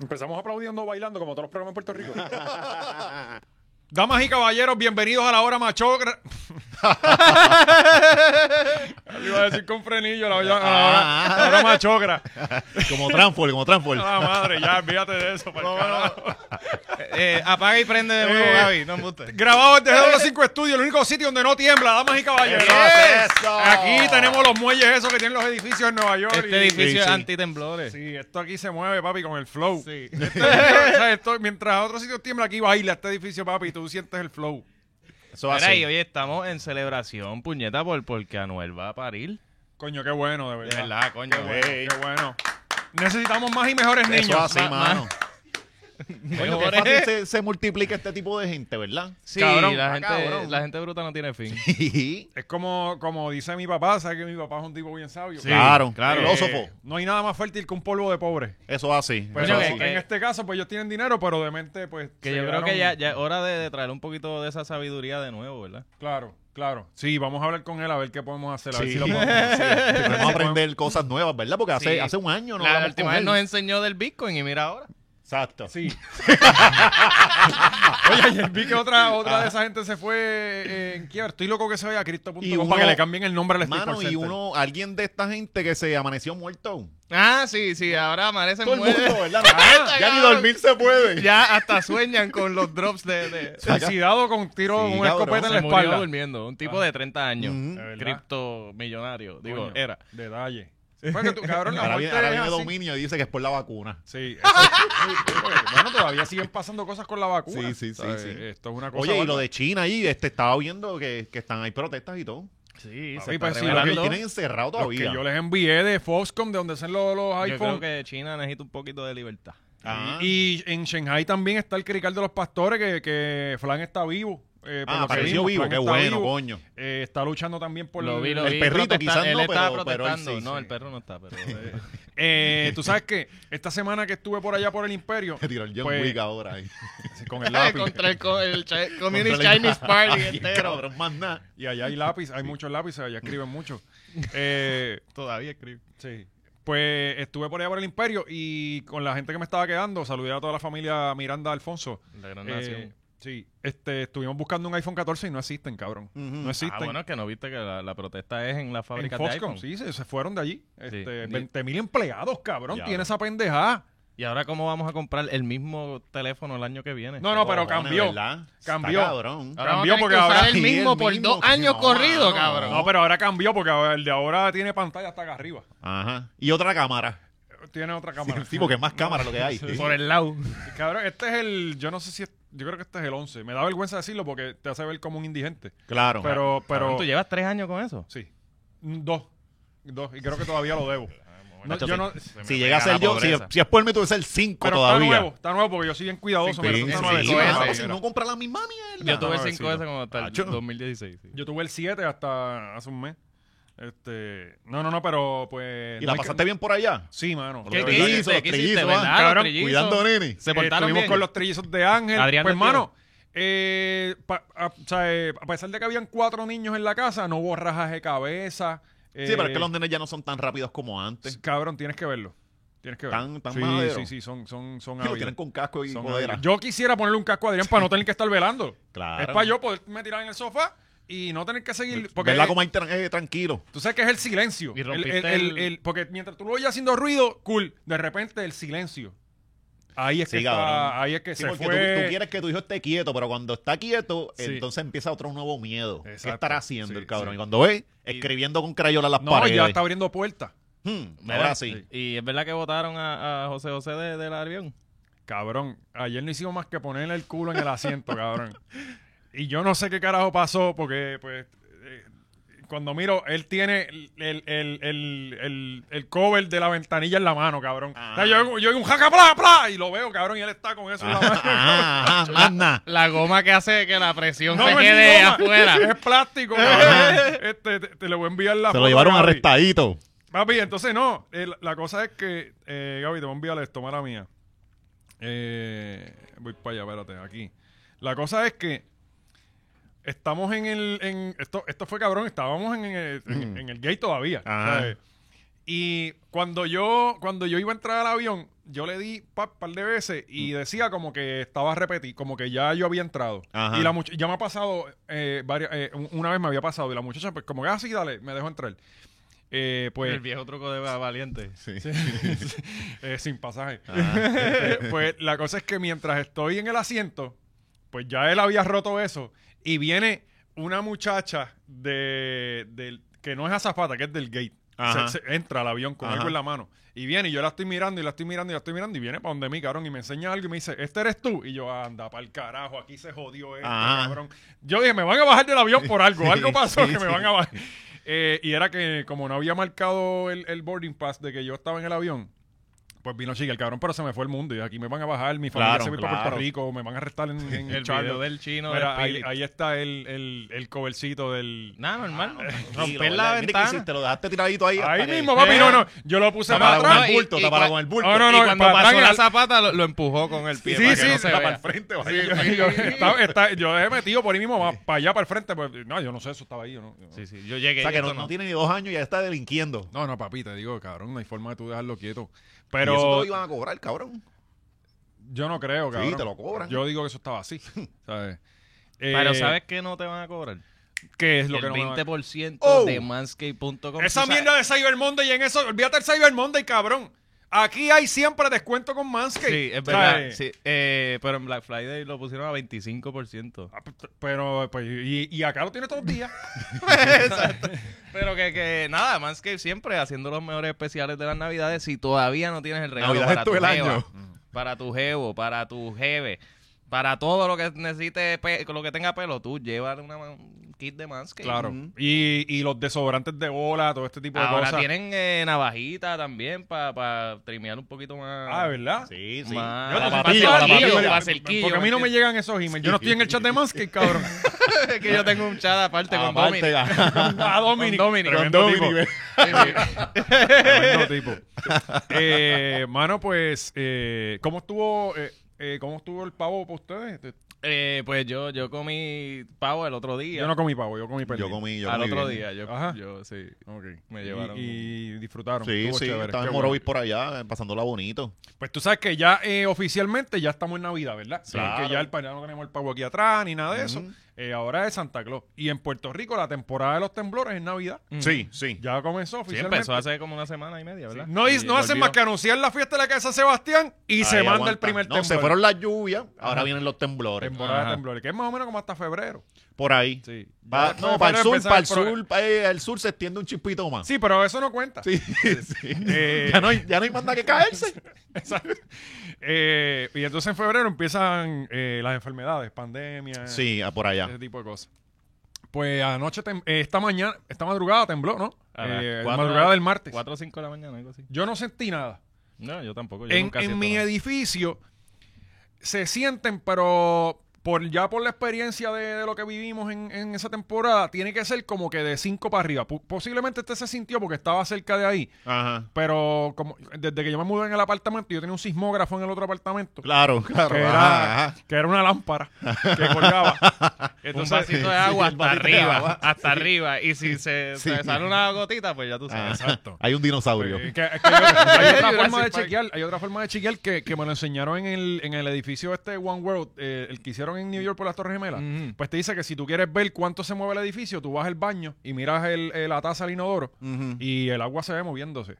Empezamos aplaudiendo, bailando, como todos los programas en Puerto Rico. Damas y caballeros, bienvenidos a la hora machogra. Le iba a decir con frenillo, la, olla- a Ah. la hora, a la hora machogra. Como Tranford, como Tranford. La madre, ya, olvídate de eso. pa'l carajo. Eh, apaga y prende de nuevo, Eh. Gaby. No me gusta. Grabado desde W5 Studio, el único sitio donde no tiembla, damas y caballeros. ¡Eso! Aquí tenemos los muelles esos que tienen los edificios en Nueva York. Este y- edificio es sí. antitemblores. Sí, esto aquí se mueve, papi, con el flow. Sí. Esto- o sea, esto- mientras otro sitio tiembla, aquí baila este edificio, papi, y tú sientes el flow. Eso Mira, así. y hoy estamos en celebración, puñeta, por, porque Anuel va a parir. Coño, qué bueno, de De verdad. verdad, coño. Ah, Qué bueno, qué bueno. Necesitamos más y mejores Eso niños. así, ma- mano. ma- Coño, qué Mejores. fácil se, se multiplica este tipo de gente, ¿verdad? Sí, Cabrón, la, ah, gente, cabrón. la gente bruta no tiene fin. Es como, como dice mi papá, ¿sabes que mi papá es un tipo bien sabio? Sí, claro, claro. claro. Eh, Filósofo. no hay nada más fértil que un polvo de pobre. Eso así. Pero eso que- así. en este caso, pues ellos tienen dinero, pero de mente, pues. Que se yo creo quedaron- que ya ya es hora de, de traer un poquito de esa sabiduría de nuevo, ¿verdad? Claro, claro. Sí, vamos a hablar con él a ver qué podemos hacer. A ver Sí. si lo podemos hacer. Sí, Podemos aprender cosas nuevas, ¿verdad? Porque hace, Sí. hace un año no la hablamos última con vez él. nos enseñó del Bitcoin y mira ahora. Exacto. Sí. Oye, ayer vi que otra, Ah. otra de esa gente se fue eh, en quiebra. Estoy loco que se vaya a Y Cristo.com uno- para que le cambien el nombre al Steve Mano, y uno, alguien de esta gente que se amaneció muerto. Ah, sí, sí, ahora amanecen Todo el muertos. mundo, ¿verdad? Ah, ya ni cabrón. dormir se puede. Ya hasta sueñan con los drops de... de- Suicidado con un tiro, Sí, con una cabrón, escopeta en la Se murió espalda. durmiendo. Un tipo de 30 años. Ujú. De verdad. Cripto millonario. Digo, Coño, era. Detalle. Fue que tú, cabrón, la Ahora muerte viene, ahora es viene así. dominio y dice que es por la vacuna. Sí, eso- sí, porque, bueno, todavía siguen pasando cosas con la vacuna. Sí, sí, sí, ¿sabes? sí. Esto es una cosa. Oye, y lo bárbara. de China ahí, este, estaba viendo que, que están, hay protestas y todo. Sí, Papi, pues, sí, Y lo que revelando. tienen encerrado Los todavía. Ah, que yo les envié de Foxconn, de donde hacen los, los Yo creo iPhones. que China necesita un poquito de libertad. Ah. Y en Shanghai también está el crical de los pastores, que, que Flan está vivo. eh, por Ah, lo que apareció vimos, vivo, Flan qué está bueno, vivo. coño. Eh, está luchando también por eh, Lo vi, lo el vi perrito quizás él no, estaba pero- pero él protestando. sí, no, sí. el perro no está, pero... eh, Eh, Tú sabes que esta semana que estuve por allá por el Imperio, Se tiró el John pues, Wick ahora ahí. sí, con el lápiz. el, co- el chi- Contra el- Ay, cabrón, más nada. Y allá hay lápiz, hay muchos lápices, allá escriben mucho. Eh, Todavía escribe. Sí. Pues estuve por allá por el Imperio y con la gente que me estaba quedando, saludé a toda la familia Miranda Alfonso. La gran Eh, nación. sí, este, estuvimos buscando un iPhone 14 y no existen, cabrón. Ujú. No existen. Ah, bueno, que no viste que la, la protesta es en la en fábrica de Foxconn, iPhone. sí, se, se fueron de allí. Este, Ni- 20 mil empleados, cabrón, Ya, tiene bro. esa pendejada. Y ahora, ¿cómo vamos a comprar el mismo teléfono el año que viene? No, no, pero Cojones, cambió. ¿verdad? Está Cambió. cabrón. ahora vamos cambió a tener porque que usar ahora- el mismo Sí, el por mismo, dos sí, años no, corridos, no. cabrón. No, pero ahora cambió porque el de ahora tiene pantalla hasta acá arriba. Ajá. Y otra cámara. Tiene otra Sí, cámara. sí, porque es más cámara lo que hay. Sí. Por el lado. Cabrón, este es el, yo no sé si, es- yo creo que este es el 11. Me da vergüenza decirlo porque te hace ver como un indigente. Claro. Pero, pero... Cabrón, ¿Tú llevas tres años con eso? Sí. Mm, Dos. Dos. Y creo que todavía lo debo. No, Nacho, yo sí. no- si llega a ser pega la yo, si, pobreza. si es por mí, tú eres el 5 pero todavía. está nuevo, está nuevo porque yo soy bien cuidadoso. Sí, eh, pero sí, eso sí, no sí, es- sí, no es- sí, mano, sí. si no compra la misma mierda. Yo tuve no, cinco vecino. veces como hasta el Acho. 2016. sí. Yo tuve el 7 hasta hace un mes. Este, no, no, no, pero pues ¿Y no la hay que- pasaste bien por allá? Sí, mano. Por lo ¿Qué- que qué yo hiciste? hice, los ¿Qué hiciste, trillizos, verdad? ah, Los cabrón, trillizos. Cuidando, nene. Se portaron Estuvimos bien. con los trillizos de Ángel. Adrián pues, no mano, eh, pa- a, o sea, eh, a pesar de que habían cuatro niños en la casa, no hubo rajas de cabeza. Sí, pero es eh, que los nenes ya no son tan rápidos como antes. Sí, Cabrón, tienes que verlo. Tienes que verlo. Tan- tan sí, majadero. sí, sí, son, son, son lo ávidos. tienen con casco y Son codera. hábiles. Yo quisiera ponerle un casco a Adrián para no tener que estar velando. Claro. Es para yo poderme tirar en el sofá y no tener que seguir. Porque ¿Verdad cómo hay tran- eh, tranquilo? tú sabes que es el silencio. Y El- rompiste el- el- el- el- porque mientras tú lo oyes haciendo ruido, cool. De repente el silencio. Ahí es que Sí, está- cabrón. ahí es que Sí, se porque tú, fue. tú quieres que tu hijo esté quieto, pero cuando está quieto, Sí. entonces empieza otro nuevo miedo. Exacto. ¿Qué estará haciendo Sí, el cabrón? sí. Y cuando ve, escribiendo con crayola las no, paredes. ya está abriendo puertas. Hmm, Mira, ahora sí. Y es verdad que votaron a, a José José de- del avión. Cabrón, ayer no hicimos más que ponerle el culo en el asiento, cabrón. Y yo no sé qué carajo pasó, porque, pues, eh, cuando miro, él tiene el, el, el, el, el- el cover de la ventanilla en la mano, cabrón. Ah. O sea, yo, yo un jaca, bla, bla, y lo veo, cabrón, y él está con eso en Ah. la mano. Ajá, ajá, más nada. La goma que hace que la presión No, se no es quede goma, afuera. Es plástico, cabrón. Este, te, te le voy a enviar la Se foto, lo llevaron Gaby. arrestadito. Papi, entonces no. eh, la- la cosa es que, eh, Gaby, te voy a enviar esto, mala mía. Eh, voy para allá, espérate, aquí. La cosa es que estamos en el. En, esto, esto fue cabrón, estábamos en el, en, en el gate todavía. Mm. Ajá. ¿sabes? Y cuando yo, cuando yo iba a entrar al avión, yo le di un par, de veces Mm. y decía como que estaba repetido, como que ya yo había entrado. Ajá. Y la much- ya me ha pasado, eh, varias- eh, un- una vez me había pasado y la muchacha, pues como que así, dale, me dejó entrar. Eh, pues El viejo truco de va- valiente. Sí. eh, sin pasaje. pues la cosa es que mientras estoy en el asiento, pues ya él había roto eso. Y viene una muchacha de, del- que no es azafata, que es del gate. Ajá. Se- se- entra al avión con Ajá. algo en la mano. Y viene, y yo la estoy mirando, y la estoy mirando, y la estoy mirando, y viene para donde mí, cabrón, y me enseña algo y me dice, ¿este eres tú? Y yo, anda, para el carajo, aquí se jodió esto, Ajá. cabrón. Yo dije, me van a bajar del avión por algo, Sí, algo pasó sí, que me sí. van a bajar. Eh, y era que, como no había marcado el, el boarding pass de que yo estaba en el avión, pues vino chica el cabrón, pero se me fue el mundo. Y aquí me van a bajar, mi familia Claro, se va a ir para Puerto claro. Rico, me van a arrestar en, en El Charlotte. video del chino. Mira, de ahí, Spirit. ahí está el, el, el covercito del... Nada, normal. Romper Romper la ventana. Te lo dejaste tiradito ahí. hasta Ahí que- mismo, papi, Eh. no, no. Yo lo puse para Tapado Taparagón. atrás. con No, el y- bulto, y tapado cua- con el No, bulto. no, y cuando para atrás pasó en la el- zapata, lo, lo empujó con el pie. Sí, para sí, que no sí. se Está vea. para el frente, vaya. Sí, yo, yo estaba, estaba- yo he metido por ahí mismo más para allá, para el frente. pues, no, yo no sé, eso estaba ahí. Yo no, yo no. Sí, sí, Yo llegué. O sea, y que esto no, no tiene ni dos años y ya está delinquiendo. no, no, papi, te digo, cabrón, no hay forma de tú dejarlo quieto. Y eso te Pero lo iban a cobrar, cabrón. yo no creo, cabrón. te lo cobran. Yo digo que eso estaba así, ¿sabes? Eh, Pero ¿sabes qué no te van a cobrar? qué es lo el que no me van a- 20% Oh. de manscape.com. Esa mierda de Cyber Monday y en eso, olvídate del Cyber Monday, cabrón. Aquí hay siempre descuento con Manscaped. Sí, es verdad. ¿sabes? sí. Eh, pero en Black Friday lo pusieron a 25%. Ah, p- Pero, pues, y, y acá lo tiene todos los días. Exacto. Pero que, que nada, Manscape siempre haciendo los mejores especiales de las Navidades. Si todavía no tienes el regalo Navidad para es tu, todo el jeva, año. para tu jevo, para tu jeve, para todo lo que necesite, pe- lo que tenga pelo, tú llevas una, un kit de Manscape. Claro. Y, y los desodorantes de bola, todo este tipo de Ahora cosas. tienen eh, navajita también para trimear un poquito más. Ah, ¿verdad? Sí, Más- Yo no la sé, papilla, para la hacer papilla, quillo, para hacer quillo, Porque a mí no me llegan esos emails. Yo no estoy en el chat de Manscaped, cabrón. Es que yo tengo un chat aparte con Dominic. A Ah, Dominic. Con Dominic. Ah, Tremendo Con tipo. Dominic. Tremendo tipo. Eh, mano, pues, eh, ¿cómo estuvo eh, eh, cómo estuvo el pavo para ustedes? Este, Te- Eh, pues yo, yo comí pavo el otro día. Yo no comí pavo, yo comí perdido. Yo comí, yo Al comí otro bien. día, yo, Ajá. yo sí. Ok. Me Y- llevaron. Y, disfrutaron. Sí, Estuvo sí, chévere, estaba qué en bueno. Morovis por allá, eh, pasándola bonito. Pues tú sabes que ya eh, oficialmente ya estamos en Navidad, ¿verdad? Sí. Que ya el pa- ya no tenemos el pavo aquí atrás ni nada de eso. Ujú. Eh, ahora es Santa Claus. Y en Puerto Rico la temporada de los temblores es Navidad. Sí, sí. Ya comenzó Mm. Sí, oficialmente. empezó hace como una semana y media, ¿verdad? No, Y hiz- no lo hacen olvidó. más que anunciar la fiesta de la casa de Sebastián y se manda Ahí el aguantan. primer No, temblor. se fueron las lluvias, ahora vienen los temblores. Temporada de Ajá. temblores, que es más o menos como hasta febrero. Por ahí. Sí. Pa- Ya no, después para de el sur, empezar para el pro- sur, pa- eh, el sur se extiende un chispito Ah. más. Sí, pero eso no cuenta. Sí, sí. Eh, ya, no hay, ya no hay más nada que caerse. Exacto. Eh, y entonces en febrero empiezan eh, las enfermedades, pandemia, Sí, ah, por allá. ese tipo de cosas. Pues anoche, tem- eh, esta mañana, esta madrugada tembló, ¿no? A las Eh, cuatro- madrugada del martes. 4 o 5 de la mañana, algo así. Yo no sentí nada. No, yo tampoco. Pues Yo en, nunca en siento mi nada. edificio se sienten, pero por ya por la experiencia de, de lo que vivimos en, en esa temporada, tiene que ser como que de 5 para arriba. Po- Posiblemente este se sintió porque estaba cerca de ahí, Ajá. pero como desde que yo me mudé en el apartamento, yo tenía un sismógrafo en el otro apartamento. Claro, claro. Que ajá, era, ajá. que era una lámpara que colgaba. un Entonces, vasito de agua un hasta vasito de arriba, agua. hasta arriba. Y si se, Sí. se sale una gotita, pues ya tú sabes. Ah, Exacto. Hay un dinosaurio. Eh, que- que hay, otra- hay otra forma de Jurassic Park. chequear, hay otra forma de chequear que, que me lo enseñaron en el, en el edificio este One World, eh, el que hicieron en New York por las Torres Gemelas. Ujú. Pues te dice que si tú quieres ver cuánto se mueve el edificio, tú vas al baño y miras el, eh, la taza al inodoro Ujú. y el agua se ve moviéndose.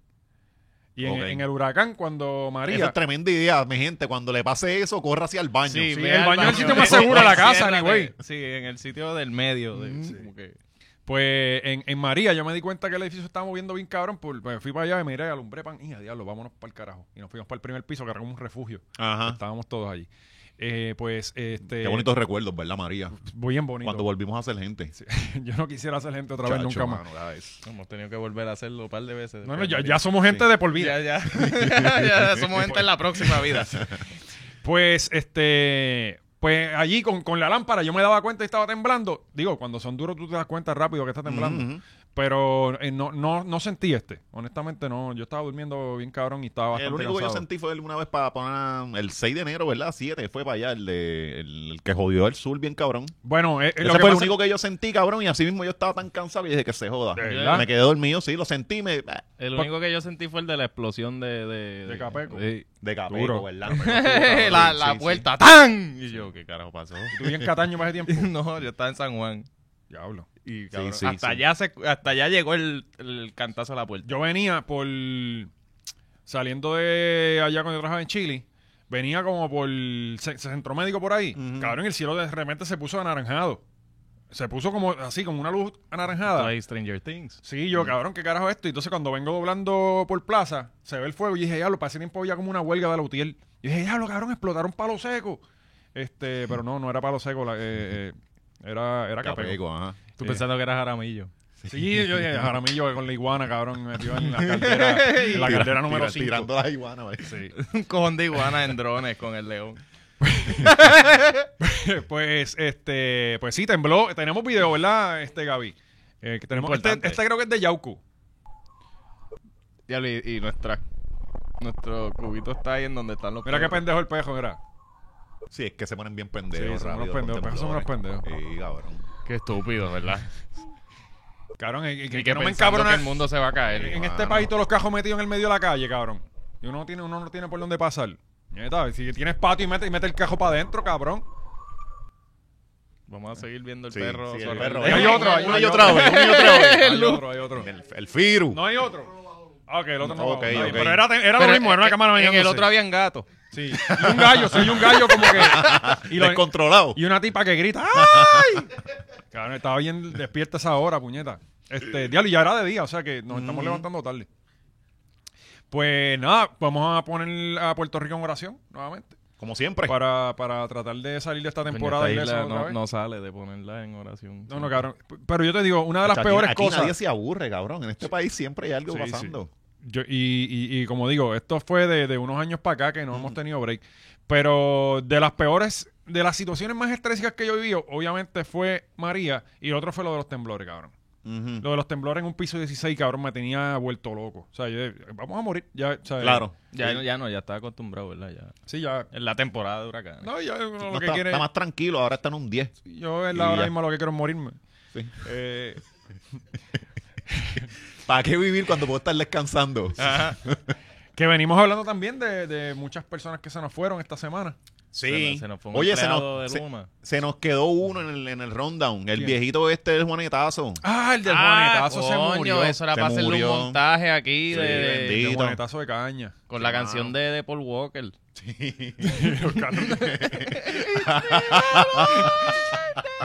Y en, Ok. en el huracán, cuando Esa María... es tremenda idea, mi gente. Cuando le pase eso, corra hacia el baño. Sí, ve el al baño es el sitio más seguro de la casa, enciérrate. anyway. Mm. Sí, en el sitio del medio. de- como que- Pues en, en María yo me di cuenta que el edificio estaba moviendo bien cabrón. Por, me fui para allá, miré, alumbré, pan, y a diablo, vámonos para el carajo. Y nos fuimos para el primer piso, que era como un refugio. Ajá. Estábamos todos allí. Eh, pues, este... Qué bonitos recuerdos, ¿verdad, María? Muy bien bonito. Cuando volvimos a ser gente. Sí. Yo no quisiera hacer gente otra vez Chacho, nunca más. mano, cada vez. Oh, Hemos tenido que volver a hacerlo un par de veces. No, no, ya, ya somos gente de por vida. Ya, ya. ya, ya somos gente en la próxima vida. Pues, este. Pues allí con, con la lámpara yo me daba cuenta y estaba temblando. Digo, cuando son duros tú te das cuenta rápido que está temblando. Ujú, ujú. Pero eh, no, no, no sentí este. Honestamente, no. Yo estaba durmiendo bien cabrón y estaba bastante El único que yo cansado. sentí fue el- una vez para poner el 6 de enero, ¿verdad? 7, fue para allá, el, de, el, el que jodió el sur bien cabrón. Bueno, eh, eh, Ese lo que fue el pasa- único que yo sentí, cabrón, y así mismo yo estaba tan cansado y dije que se joda. ¿De verdad? Me quedé dormido, sí, lo sentí, me... eh, El Pa- único que yo sentí fue el de la explosión de... De, De eh, Capeco. Sí. De Duro. capeco, ¿verdad? la la puerta, ¡tan! Y yo, ¿qué carajo pasó? Tú bien Cataño para ese tiempo. no, yo estaba en San Juan. Diablo. Y, Sí, cabrón, sí, hasta, sí. Allá se, hasta allá llegó el, el cantazo a la puerta. Yo venía por. Saliendo de allá cuando yo trabajaba en Chile. Venía como por el ce- centro médico por ahí. Ujú. Cabrón, el cielo de repente se puso anaranjado. Se puso como así, como una luz anaranjada. Ahí Stranger Things. Sí, yo, cabrón, ¿qué carajo es esto? Y entonces cuando vengo doblando por plaza, se ve el fuego y dije, diablo, para ese tiempo había como una huelga de la UTIEL. Y dije, diablo, cabrón, explotaron palo seco. Este, pero no, no era palo seco, la- eh, eh, era, era capego. Capeco, ajá. Tú Sí. pensando que eras Jaramillo. Sí, yo dije, Jaramillo con la iguana, cabrón, me metió en la cartera, en la Tira- cartera número tira- 5. Tirando las iguanas, güey. Sí. Un cojón de iguana en drones con el león. pues, este, pues sí, tembló. Tenemos video, ¿verdad, este, Gaby? Eh, que tenemos, este, Importante. este creo que es de Yauku. Diablo, y, y nuestra, nuestro cubito está ahí en donde están los Mira qué perros. pendejo el pejo, mira. Sí, es que se ponen bien Sí, pendejos. son unos rápido, pendejos, pues, pero son unos contemporáneos. Sí, cabrón. Qué estúpido, ¿verdad? Cabrón, eh, eh, que, Y que que no me pensando encabrona. que el mundo se va a caer. En Mano. este país todos los cajos metidos en el medio de la calle, cabrón. Y uno no tiene, uno no tiene por dónde pasar. Neta, Si tienes patio y mete, y mete el cajo para adentro, cabrón. Vamos a seguir viendo el Sí, perro. sí, el zorro. perro. Hay Hay otro, otro, hay uno y otro. otra vez, uno y otra vez. Hay otro, hay otro. El, el Firu. No hay otro. Ah, ok, el otro no. Ok, está bien. ok. Pero era, era Pero eh, lo mismo, era una en- cámara En el bañándose. otro habían gatos. Sí. Y un gallo, soy un gallo como que. Y, lo- Descontrolado. y una tipa que grita. ¡Ay! Cabrón, estaba bien despierta esa hora, puñeta. Este, diablo, y ya era de día, o sea que nos Mm. estamos levantando tarde. Pues nada, vamos a poner a Puerto Rico en oración nuevamente. Como siempre. para, para tratar de salir de esta temporada Coño, esta ilesa isla otra no, vez. no sale de ponerla en oración. No, no, cabrón. P- Pero yo te digo, una de las Chacho, aquí- peores aquí cosas. nadie se aburre, cabrón. En este país siempre hay algo Sí, sí. pasando. Yo- y, y- y como digo, esto fue de, de unos años para acá que no hemos tenido break. Pero de las peores, de las situaciones más estrésicas que yo viví, obviamente fue María y otro fue lo de los temblores, cabrón. Ujú. Lo de los temblores en un piso 16, cabrón, me tenía vuelto loco. O sea, yo, vamos a morir. Ya, o sea, Claro. Ya, no- ya no, ya está acostumbrado, ¿verdad? Ya. Sí, ya. En la temporada de huracanes. No, ya uno No lo que está, quiere. está más tranquilo, ahora está en un 10. Yo es Y la ahora ya. mismo lo que quiero es morirme. Sí. Eh, ¿Para qué vivir cuando puedo estar descansando? Ah, Que venimos hablando también de, de muchas personas que se nos fueron esta semana. Se Sí. nos- se nos fue un Oye, se empleado de nos, se, Luma. se nos quedó uno en el, en el rundown. El ¿Quién? viejito este del Juanetazo. Ah, el del bonetazo se murió. Eso era Se para hacerle murió. un montaje aquí Sí, de- de- El bendito. bonetazo de caña. con la Sí, canción mano. de, de Paul Walker.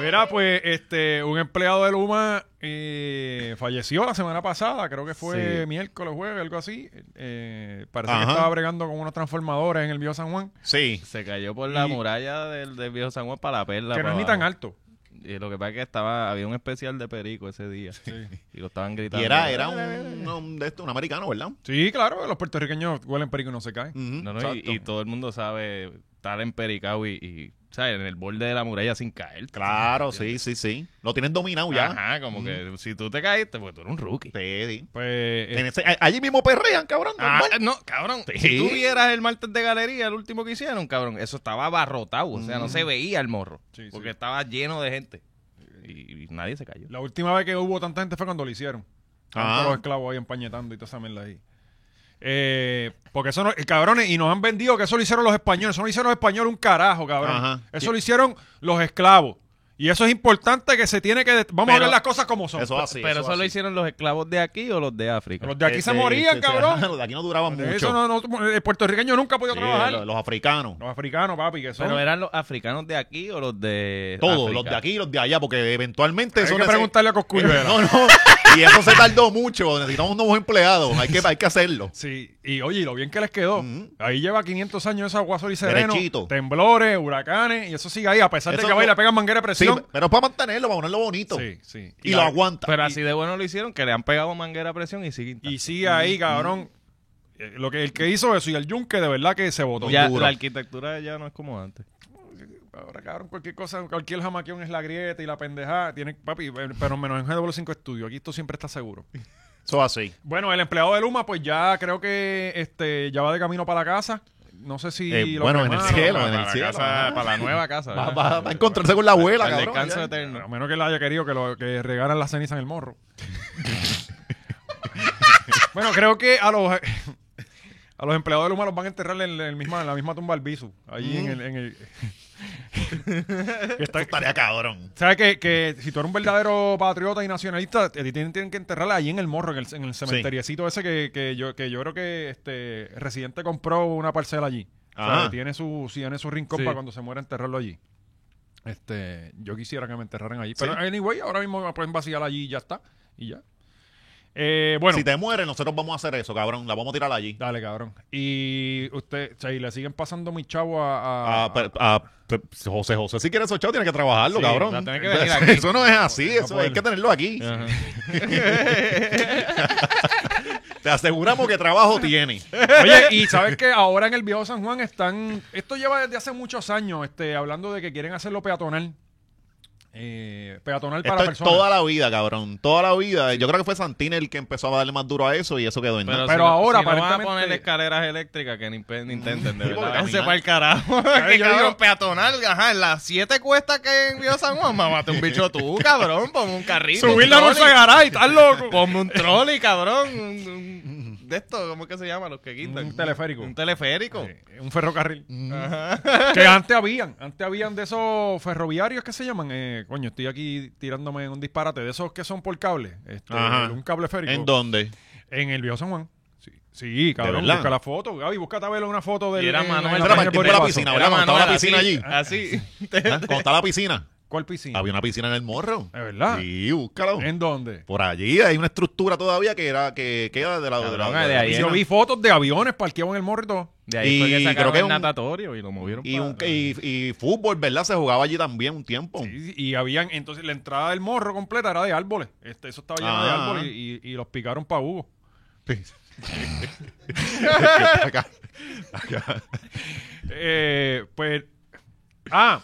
Mira, pues, este, un empleado de Luma eh, falleció la semana pasada, creo que fue Sí. miércoles, jueves, algo así. Eh, parece que Ajá. estaba bregando con unos transformadores en el Viejo San Juan, Sí. Se cayó por la Y- muralla del, del viejo San Juan para la perla. que no para es ni tan abajo. alto. Y lo que pasa es que estaba, había un especial de Perico ese día. Y lo estaban Y gritando. era, era un, un de estos, un americano, ¿verdad? Sí, claro, los puertorriqueños huelen perico y no se caen. Ujú. No, no, y, Exacto. y todo el mundo sabe estar en Pericao y, y, ¿sabes? en el borde de la muralla sin caer. Claro, sí, sí, sí. Lo tienen dominado ya. Ajá, como que si tú te caíste, pues tú eres un rookie. Sí, sí. Pues, En ese- a- allí mismo perrean, cabrón. Eh. Ah, normal. no, cabrón. Sí. Si tú vieras el martes de galería, el último que hicieron, cabrón, eso estaba abarrotado. O sea, no se veía el morro. Sí, porque sí. estaba lleno de gente. Y, y nadie se cayó. La última vez que hubo tanta gente fue cuando lo hicieron. Estaban Ah. todos los esclavos ahí empañetando y toda esa mierda ahí. Eh, porque eso no, eh, cabrones, y nos han vendido que eso lo hicieron los españoles. Eso no lo hicieron los españoles un carajo, cabrón. Ajá. Eso lo hicieron los esclavos. Y eso es importante que se tiene que. det- Vamos a Pero- ver las cosas como son. Eso así. Pero eso, lo así. hicieron los esclavos de aquí o los de África. Los de aquí se Ese- morían, ese- cabrón. Los de aquí no duraban mucho. Eso no, no- el puertorriqueño nunca ha podido Sí, trabajar. lo- Los, los africanos. africanos, papi, que son. Pero eran los africanos de aquí o los de. Todos, África? los de aquí y los de allá, porque eventualmente Hay eso que nece- preguntarle a Cosculluela. No, no. Y eso se tardó mucho. Necesitamos nuevos empleados. Hay que, hay que hacerlo. Sí, y oye, y lo bien que les quedó. Ujú. Ahí lleva 500 años esa agua sol y sereno, Derechito. temblores, huracanes, y eso sigue ahí, a pesar de Eso que va y no- le pegan manguera de Sí, presión. pero es para mantenerlo, para ponerlo bonito. Sí, sí. Y, la- lo aguanta. Pero así de bueno lo hicieron que le han pegado manguera a presión y siguen. Y sigue ahí, cabrón. Eh, Lo que, el que hizo eso y el yunque, de verdad que se votó. ya, duro. la arquitectura ya no es como antes. Ahora, cabrón, cualquier cosa, cualquier jamaquión es la grieta y la pendejada. Tiene, papi, pero menos en GW5 Estudio. Aquí esto siempre está seguro. Eso así. Bueno, el empleado de Luma, pues ya creo que este ya va de camino para la casa. No sé si. Eh, lo bueno, en el cremaron. cielo, para en el la cielo. casa- para la nueva casa. Va, ¿verdad? va- va a encontrarse con la abuela, Al cabrón. descanso ya. Bueno, eterno. A menos que él haya querido que, lo, que regaran la ceniza en el morro. bueno, creo que a los, a los empleados de Luma los van a enterrar en, la- en misma, en la misma tumba al Bisu. Ahí en el. en el- Que está- Eso estaría cabrón. ¿Sabes que, que si tú eres un verdadero patriota y nacionalista, a ti tienen, tienen que enterrarla ahí en el morro, en el, en el cementeriecito ese que, que yo, que yo creo que este Residente compró una parcela allí. O sea, Ajá. tiene su, sí, tiene su rincón Sí. para cuando se muera enterrarlo allí. Este, yo quisiera que me enterraran allí. Pero Sí. anyway, ahora mismo me pueden vaciar allí y ya está. Y ya. Eh, bueno, Ah. Si te mueres, nosotros vamos a hacer eso, cabrón. La vamos a tirar allí. dale, cabrón. Y usted, o sea, y le siguen pasando mi chavo a- a- A, per- a- per- ah, José José, si quieres esos chavos, tienes que trabajarlo, Sí, cabrón. va a tener que venir Eso- aquí. Eso no es así, No eso hay puede. que tenerlo aquí. Ajá. Te aseguramos que trabajo tiene. Oye, y sabes que ahora en el viejo San Juan están. Esto lleva desde hace muchos años, este, hablando de que quieren hacerlo peatonal. Eh, peatonal para Esto es personas. toda la vida, cabrón. Toda la vida. Yo creo que fue Santini el que empezó a darle más duro a eso y eso quedó en Pero, nada. Pero si no- ahora, si no van a aparentemente- poner escaleras eléctricas que ni, pe- ni intenten, de Sí, porque verdad. Váyanse caminar. para el carajo. que yo digo- cabrón, peatonal, ajá, en las siete cuestas que envió San Juan, mamate un bicho tú, cabrón, ponme un carrito. Subirla un no trolley. se garay, estás loco. Ponme un trolley, cabrón. un- un- de esto, ¿cómo es que se llama? Los que quitan. Un teleférico. Un teleférico. Eh, Un ferrocarril. Mm. Ajá. Que antes habían, antes habían de esos ferroviarios que se llaman. Eh, coño, estoy aquí tirándome un disparate. De esos que son por cable. Este, Ajá. Un cable férico. ¿En dónde? ¿Ah? En el viejo San Juan. Sí, sí cabrón. verdad? Busca la foto. Gaby, búscate a verlo una foto del. Y era en- en Manuel. la página Era para el tiempo de la Boricua. piscina, Era ¿verdad? Cuando estaba la Manuel, piscina allí. Así. así. ¿Ah? ¿Cómo está la piscina? ¿Cuál piscina? Había una piscina en el morro. ¿Es verdad? Sí, búscalo. ¿En dónde? Por allí hay una estructura todavía que era que queda de la de la- Cabrón, de de la ahí Y piscina. Pues yo vi fotos de aviones parqueados en el morro y todo. De ahí fue Y que creo sacaron que el un- natatorio y lo movieron. Y, para- un- y- y fútbol, ¿verdad? Se jugaba allí también un tiempo. Sí, Y, habían, entonces la entrada del morro completa era de árboles. Este, eso estaba lleno de Ah. árboles y, y- y los picaron para Hugo. Acá- acá. Eh, pues, ah,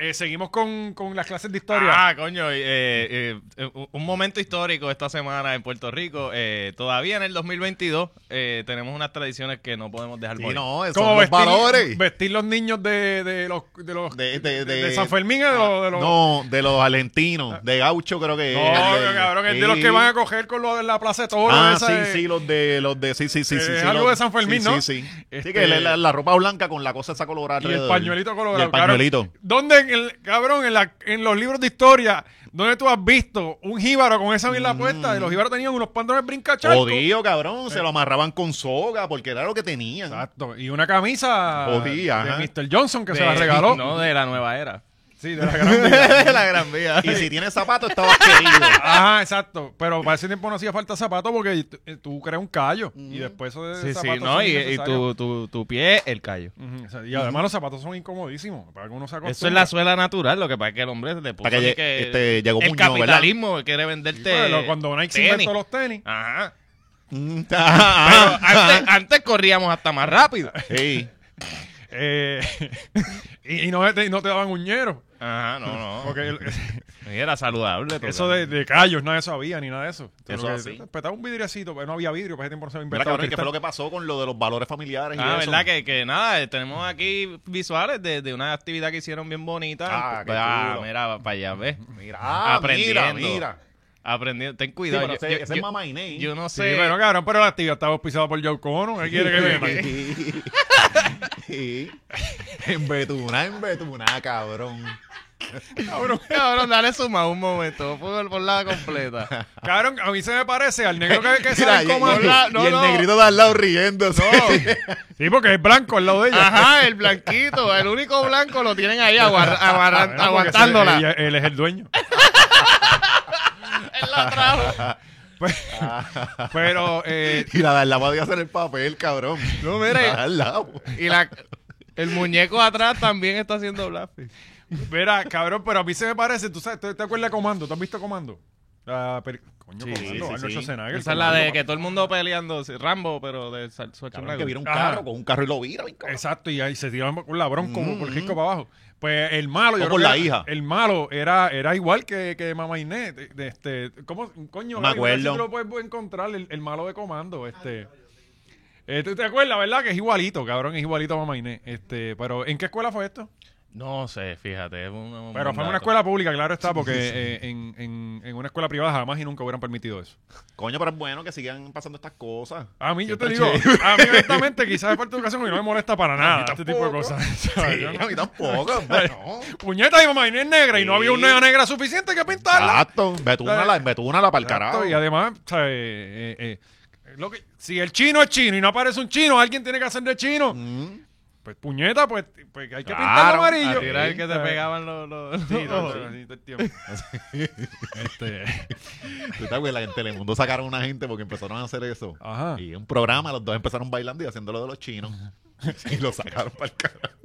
eh, seguimos con, con las clases de historia. Ah, coño, eh, eh, eh, un- un momento histórico esta semana en Puerto Rico. Eh, todavía en el 2022 eh, tenemos unas tradiciones que no podemos dejar Sí, morir. no, esos Como son los valores. vestir los niños de, de los de los De- de- de- San Fermín ¿eh? de los, de los- No, de los alentinos, de gaucho creo que No, es. de- cabrón, es sí. de los que van a coger con lo de la plaza de toros. Ah, esa sí, de- sí, los de, los de, sí, sí, sí, Eh, sí, sí, es algo los- de San Fermín, sí, ¿no? Sí, sí. Este- Sí, que la, la- la ropa blanca con la cosa esa colorada. Y el alrededor. pañuelito colorado. Y el pañuelito. Cabrón, ¿Dónde, en el, cabrón, en, la- en los libros de historia, dónde tú has visto un jíbaro con esa Mm. mierda puesta? Y los jíbaros tenían unos pantalones brincacharcos. Jodido, cabrón, se lo amarraban con soga porque era lo que tenían. Exacto. Y una camisa Jodido, de ajá. Mr. Johnson que De- se la regaló. No, de la nueva era. Sí, de la gran vida. la gran vía. Y si tienes zapatos, Ah, estabas querido. Ajá, exacto. Pero para ese tiempo no hacía falta zapato porque t- eh, tú creas un callo. Mm. Y después eso de Sí, zapatos sí, no, son y, y innecesarios. tu, tu, tu pie, el callo. Ujú, o sea, y además los zapatos son incomodísimos. Para que uno se Eso acostumbre. es la suela natural, lo que pasa es que el hombre le puso Para que de lle- este, llegó el Muñoz, ¿verdad? capitalismo que quiere venderte Bueno, pues, cuando Nike se tenis. inventó los tenis. Ajá. Mm, Pero ah, ah, antes, antes corríamos hasta más rápido. ah. Sí. eh, y, y no, te, y no te daban uñero. Ajá, no, no. Porque el- Era saludable. eso de, de callos, nadie sabía ni nada de eso. Tú Eso lo que- así. te Petaba un vidriecito, pero no había vidrio, para ese tiempo no se había Mira, inventado. cabrón, ¿qué fue cristal. lo que pasó con lo de los valores familiares? y Ah, eso? verdad que, que nada, eh, tenemos aquí visuales de, de una actividad que hicieron bien bonita. Ah, qué chulo. mira, para allá, ves. Mira, Ah, aprendiendo. Mira, mira. Aprendiendo, ten Sí, cuidado. pero yo, ese, yo- ese es yo- mamá Inés. yo no Sí, sé. bueno, cabrón, pero la actividad estaba auspiciada por Joe Cono. ¿Qué quiere que me Sí. En Betuna, en Betuna, cabrón. cabrón, cabrón, dale suma un momento, por, por la completa. Cabrón, a mí se me parece al negro que, que Mira, sale y, en coma. y- habla- no, y el no. negrito de al lado riéndose. Sí, porque es blanco al lado de ella. Ajá, el blanquito, el único blanco lo tienen ahí aguar- Ah, aguarra- bueno, porque ese- aguantándola. ella- él es el dueño. Él la trajo. Pero, eh, Y la de al lado podía hacer el papel, cabrón. No, La de mire, al lado. y la, el muñeco atrás también está haciendo blasfemo. mira, cabrón, pero a mí se me parece, tú sabes, ¿te, te acuerdas de Comando? ¿Tú has visto Comando? La peli- Coño, Sí, con Arnold- sí, sí, Arnold sí. Schwarzenegger, Esa es con la de Arnold- que todo el mundo peleando, sí, Rambo, pero de Sar- Cabrón, que Schwarzenegger. vieron un Ajá. carro con un carro y lo vira. cabrón. Exacto, y ahí se tiraban con la bronca como por Mm, el mm. para abajo. Pues el malo, yo O creo por que la era- hija. El malo era, era igual que, que Mamá Inés. De, de este, ¿Cómo coño? No me Gaby? Ahora sí acuerdo. tú lo puedes encontrar, el, el malo de comando. Este. Eh, ¿tú ¿Te acuerdas, verdad? Que es igualito, cabrón, es igualito a Mamá Inés. Este, pero, ¿en qué escuela fue esto? No sé, fíjate. es un- Pero un fue en una dato. escuela pública, claro está, porque eh, en, en- en una escuela privada jamás y nunca hubieran permitido eso. Coño, pero es bueno que sigan pasando estas cosas. A mí, yo te digo, Siempre a mí honestamente quizás es parte de educación y no me molesta para nada este tipo de tampoco. cosas. ¿sabes? Sí, Yo no- a mí tampoco. hombre, no. Puñeta, mi mamá Inés es negra y no Sí. había una negra suficiente que pintarla. Exacto. Betúnala, betúnala para el Exacto, carajo. Y además, o sea, eh, eh, eh, lo que- si el chino es chino y no aparece un chino, alguien tiene que hacer de chino. Mm. Pues puñeta, pues, pues hay que Claro, pintarlo amarillo. A tirar que te ¿Sabes? pegaban los. los- Sí, los todo, ojos. todo, sí, todo el tiempo. Este, ¿Tú te acuerdas que en Telemundo sacaron una gente porque empezaron a hacer eso? Ajá. Y un programa, los dos empezaron bailando y haciéndolo de los chinos. y lo sacaron para el carajo.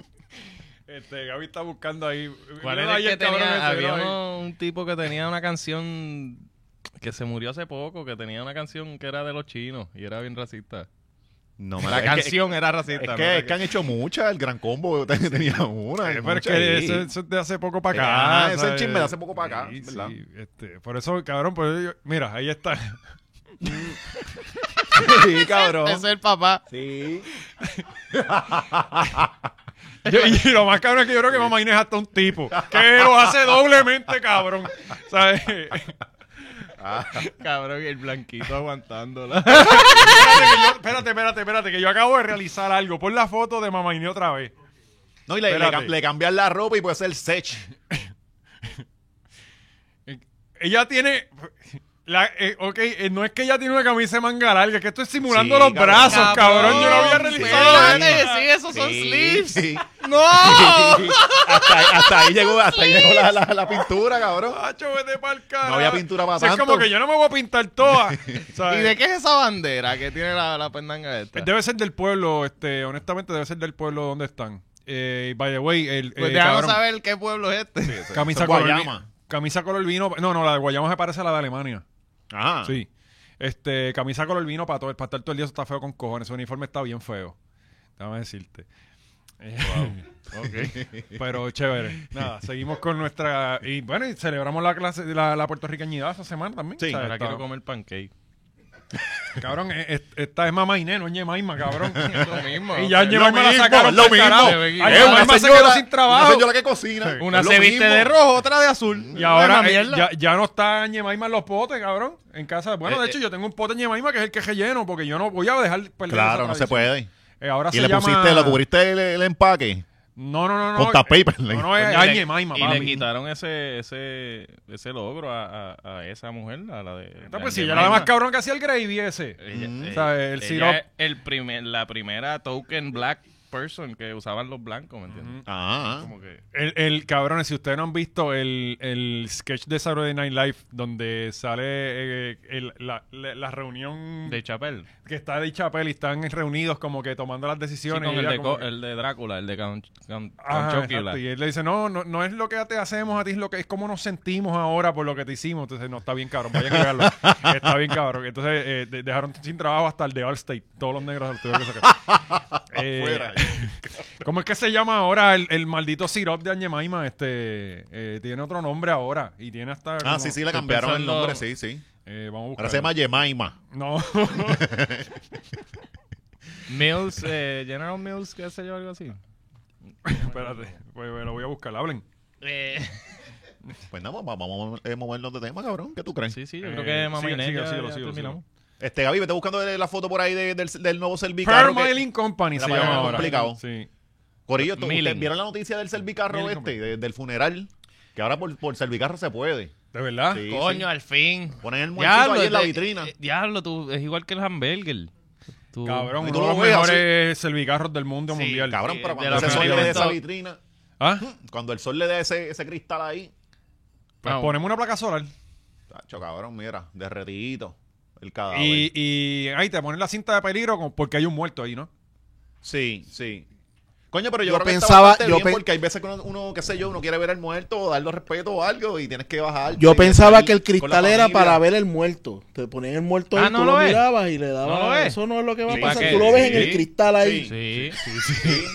este, Gaby está buscando ahí. ¿Cuál Mira era el ahí que cabrón tenía? ese, Había mira ahí. uno- un tipo que tenía una canción que se murió hace poco, que tenía una canción que era de los chinos y era bien racista. No, me La canción era racista. Es ¿no? que, es que han hecho muchas, el gran combo ten- tenía una. Eh, Pero es muchas, que sí. eso, eso es de hace poco para Ah, acá. ese ¿sabes? chisme de hace poco para acá, eh. Sí, ¿verdad? sí, este, por eso, cabrón, pues, yo- mira, ahí está. sí, cabrón. Ese es el papá. Sí. Yo- y lo más cabrón es que yo creo que Mamá Inés es hasta un tipo que lo hace doblemente, cabrón. ¿Sabes? Espérate, Cabrón, y el blanquito aguantándola. que yo- espérate, espérate, espérate, que yo acabo de realizar algo. Pon la foto de Mamá Inés otra vez. No, y le, le, Espérate. cam- le cambian la ropa y puede ser Sech. Ella tiene. La, eh, ok, eh, no es que ella tiene una camisa de manga larga, es que estoy simulando Sí, los cabrón. brazos, cabrón. Yo no había Cabrón, realizado espérate. eso. Sí, esos son Sí, sleeves. sí. ¡No! hasta, ahí- hasta ahí llegó, hasta ahí llegó la, la- la pintura, cabrón. Macho, vete pa'l carajo. No había pintura pa' O sea, Es como tanto. que yo no me voy a pintar toda. ¿sabes? ¿Y de qué es esa bandera que tiene la, la pendanga esta? Debe ser del pueblo, este, honestamente, debe ser del pueblo donde están. Eh, y by the way, el. Pues eh, déjanos cabrón, saber qué pueblo es este. Camisa Eso es color, vi- Guayama. camisa color vino. No, no, la de Guayama se parece a la de Alemania. Ajá. Sí. Este, camisa color vino para, todo, para estar todo el día, eso está feo con cojones. Ese uniforme está bien feo. Déjame decirte. Eh, Pero chévere. Nada, seguimos con nuestra. Y bueno, y celebramos la clase, la, la puertorriqueñidad esta semana también. Sí, ¿sabes? Ahora Está- quiero comer pancake. Cabrón, eh, eh, esta es mamá Inés, no es Yemaima, cabrón. Lo mismo. Y ya Es Yemaima la sacaron lo pa'l mismo. carajo. Es Ay, una Yemaima se señora- quedó sin trabajo. Una señora que cocina. Una Es lo se viste mismo. de rojo, otra de azul. Y ahora Una eh, mierda. ya, ya no está Ñemaima en los potes, cabrón. En casa. Bueno, de Eh, hecho, eh. yo tengo un pote en Ñemaima que es el que relleno, porque yo no voy a dejar perder. Claro, esa no se tradición. puede. Eh, ahora Y se le llama- pusiste, lo cubriste el, el empaque. No, no, no. no Con tapaper, No, eh, le- no, es, Coño, es le- Ñemaima, Pues, Y le papi. quitaron ese, ese, ese logro a, a- a esa mujer, a la de. Está, Pues si ella era la más cabrón que hacía el gravy ese. cabrón. O sea, el sirop. la primera token black person que usaban los blancos, ¿me entiendes? Ah, Como que. El, el cabrones, si ustedes no han visto el, el sketch de Saturday Night Live donde sale eh, el- la, la- la reunión De Chapel. que está de Chappelle y están reunidos como que tomando las Sí, decisiones. con y el ella de, como co- que- el de Drácula, el de Count, Count, Ajá, Count Chocula. exacto. Y él le dice, no, no, no es lo que te hacemos a ti, es lo que es como nos sentimos ahora por lo que te hicimos. Entonces, no, está bien cabrón, vayan a cagarlo. está bien cabrón. Entonces, eh, de- dejaron sin trabajo hasta el de Allstate. Todos los negros se los tuvieron que sacar. Eh, Fuera. ¿Cómo es que se llama ahora el, el maldito sirop de Añemaima? Este, eh, tiene otro nombre ahora y tiene hasta... ah como- sí, sí, le estoy cambiaron el pensando- nombre, sí, sí. Eh, vamos a buscar. Ahora se llama Yemaima. No. Mills, eh, General Mills, qué sé yo, algo así. Espérate. Pues, me lo voy a buscar. Hablen. Pues nada, vamos, vamos a movernos de tema, cabrón. ¿Qué tú crees? Sí, sí, yo Eh, creo que mamá sigue, Inés sigue, ya- síguelo, ya síguelo, terminamos. Este, Gaby, vete buscando la foto por ahí de- del, del nuevo cervicarro. que- Permailing Company Era se para llama que era ahora. complicado. Sí. Corillo, ¿tú- Milling. ¿ustedes vieron la noticia del cervicarro Milling, este, de- del funeral? Que ahora por, por cervicarro se puede. ¿De verdad? Sí, Ah, Coño, al fin. sí. Ponen el muertito ahí en la te- vitrina. eh, diablo, tú, es igual que el hamburger. Tú- Cabrón, Y uno tú de los lo ves así. mejores servicarros del mundo Sí, mundial. Cabrón, eh, pero de cuando la ese sol le dé vitrina. esa vitrina, ¿Ah? cuando el sol le dé ese, ese cristal ahí, Pues No. ponemos una placa solar. tacho, cabrón, mira, derretidito el cadáver. Y, y ahí te ponen la cinta de peligro con- porque hay un muerto ahí, ¿no? Sí, sí. Coño, pero yo, Yo creo que está pensaba- bastante yo bien, pen- porque hay veces que uno, uno, qué sé yo, uno quiere ver al muerto o darle respeto o algo y tienes que bajar. Yo pensaba que el cristal era para ver el muerto. Te ponían el muerto Ah, ahí, no tú lo lo, ves. mirabas y le dabas. No lo ves. Eso no es lo que va a ¿Y pasar. para qué? Tú lo ves en Sí. el cristal ahí. Sí. Él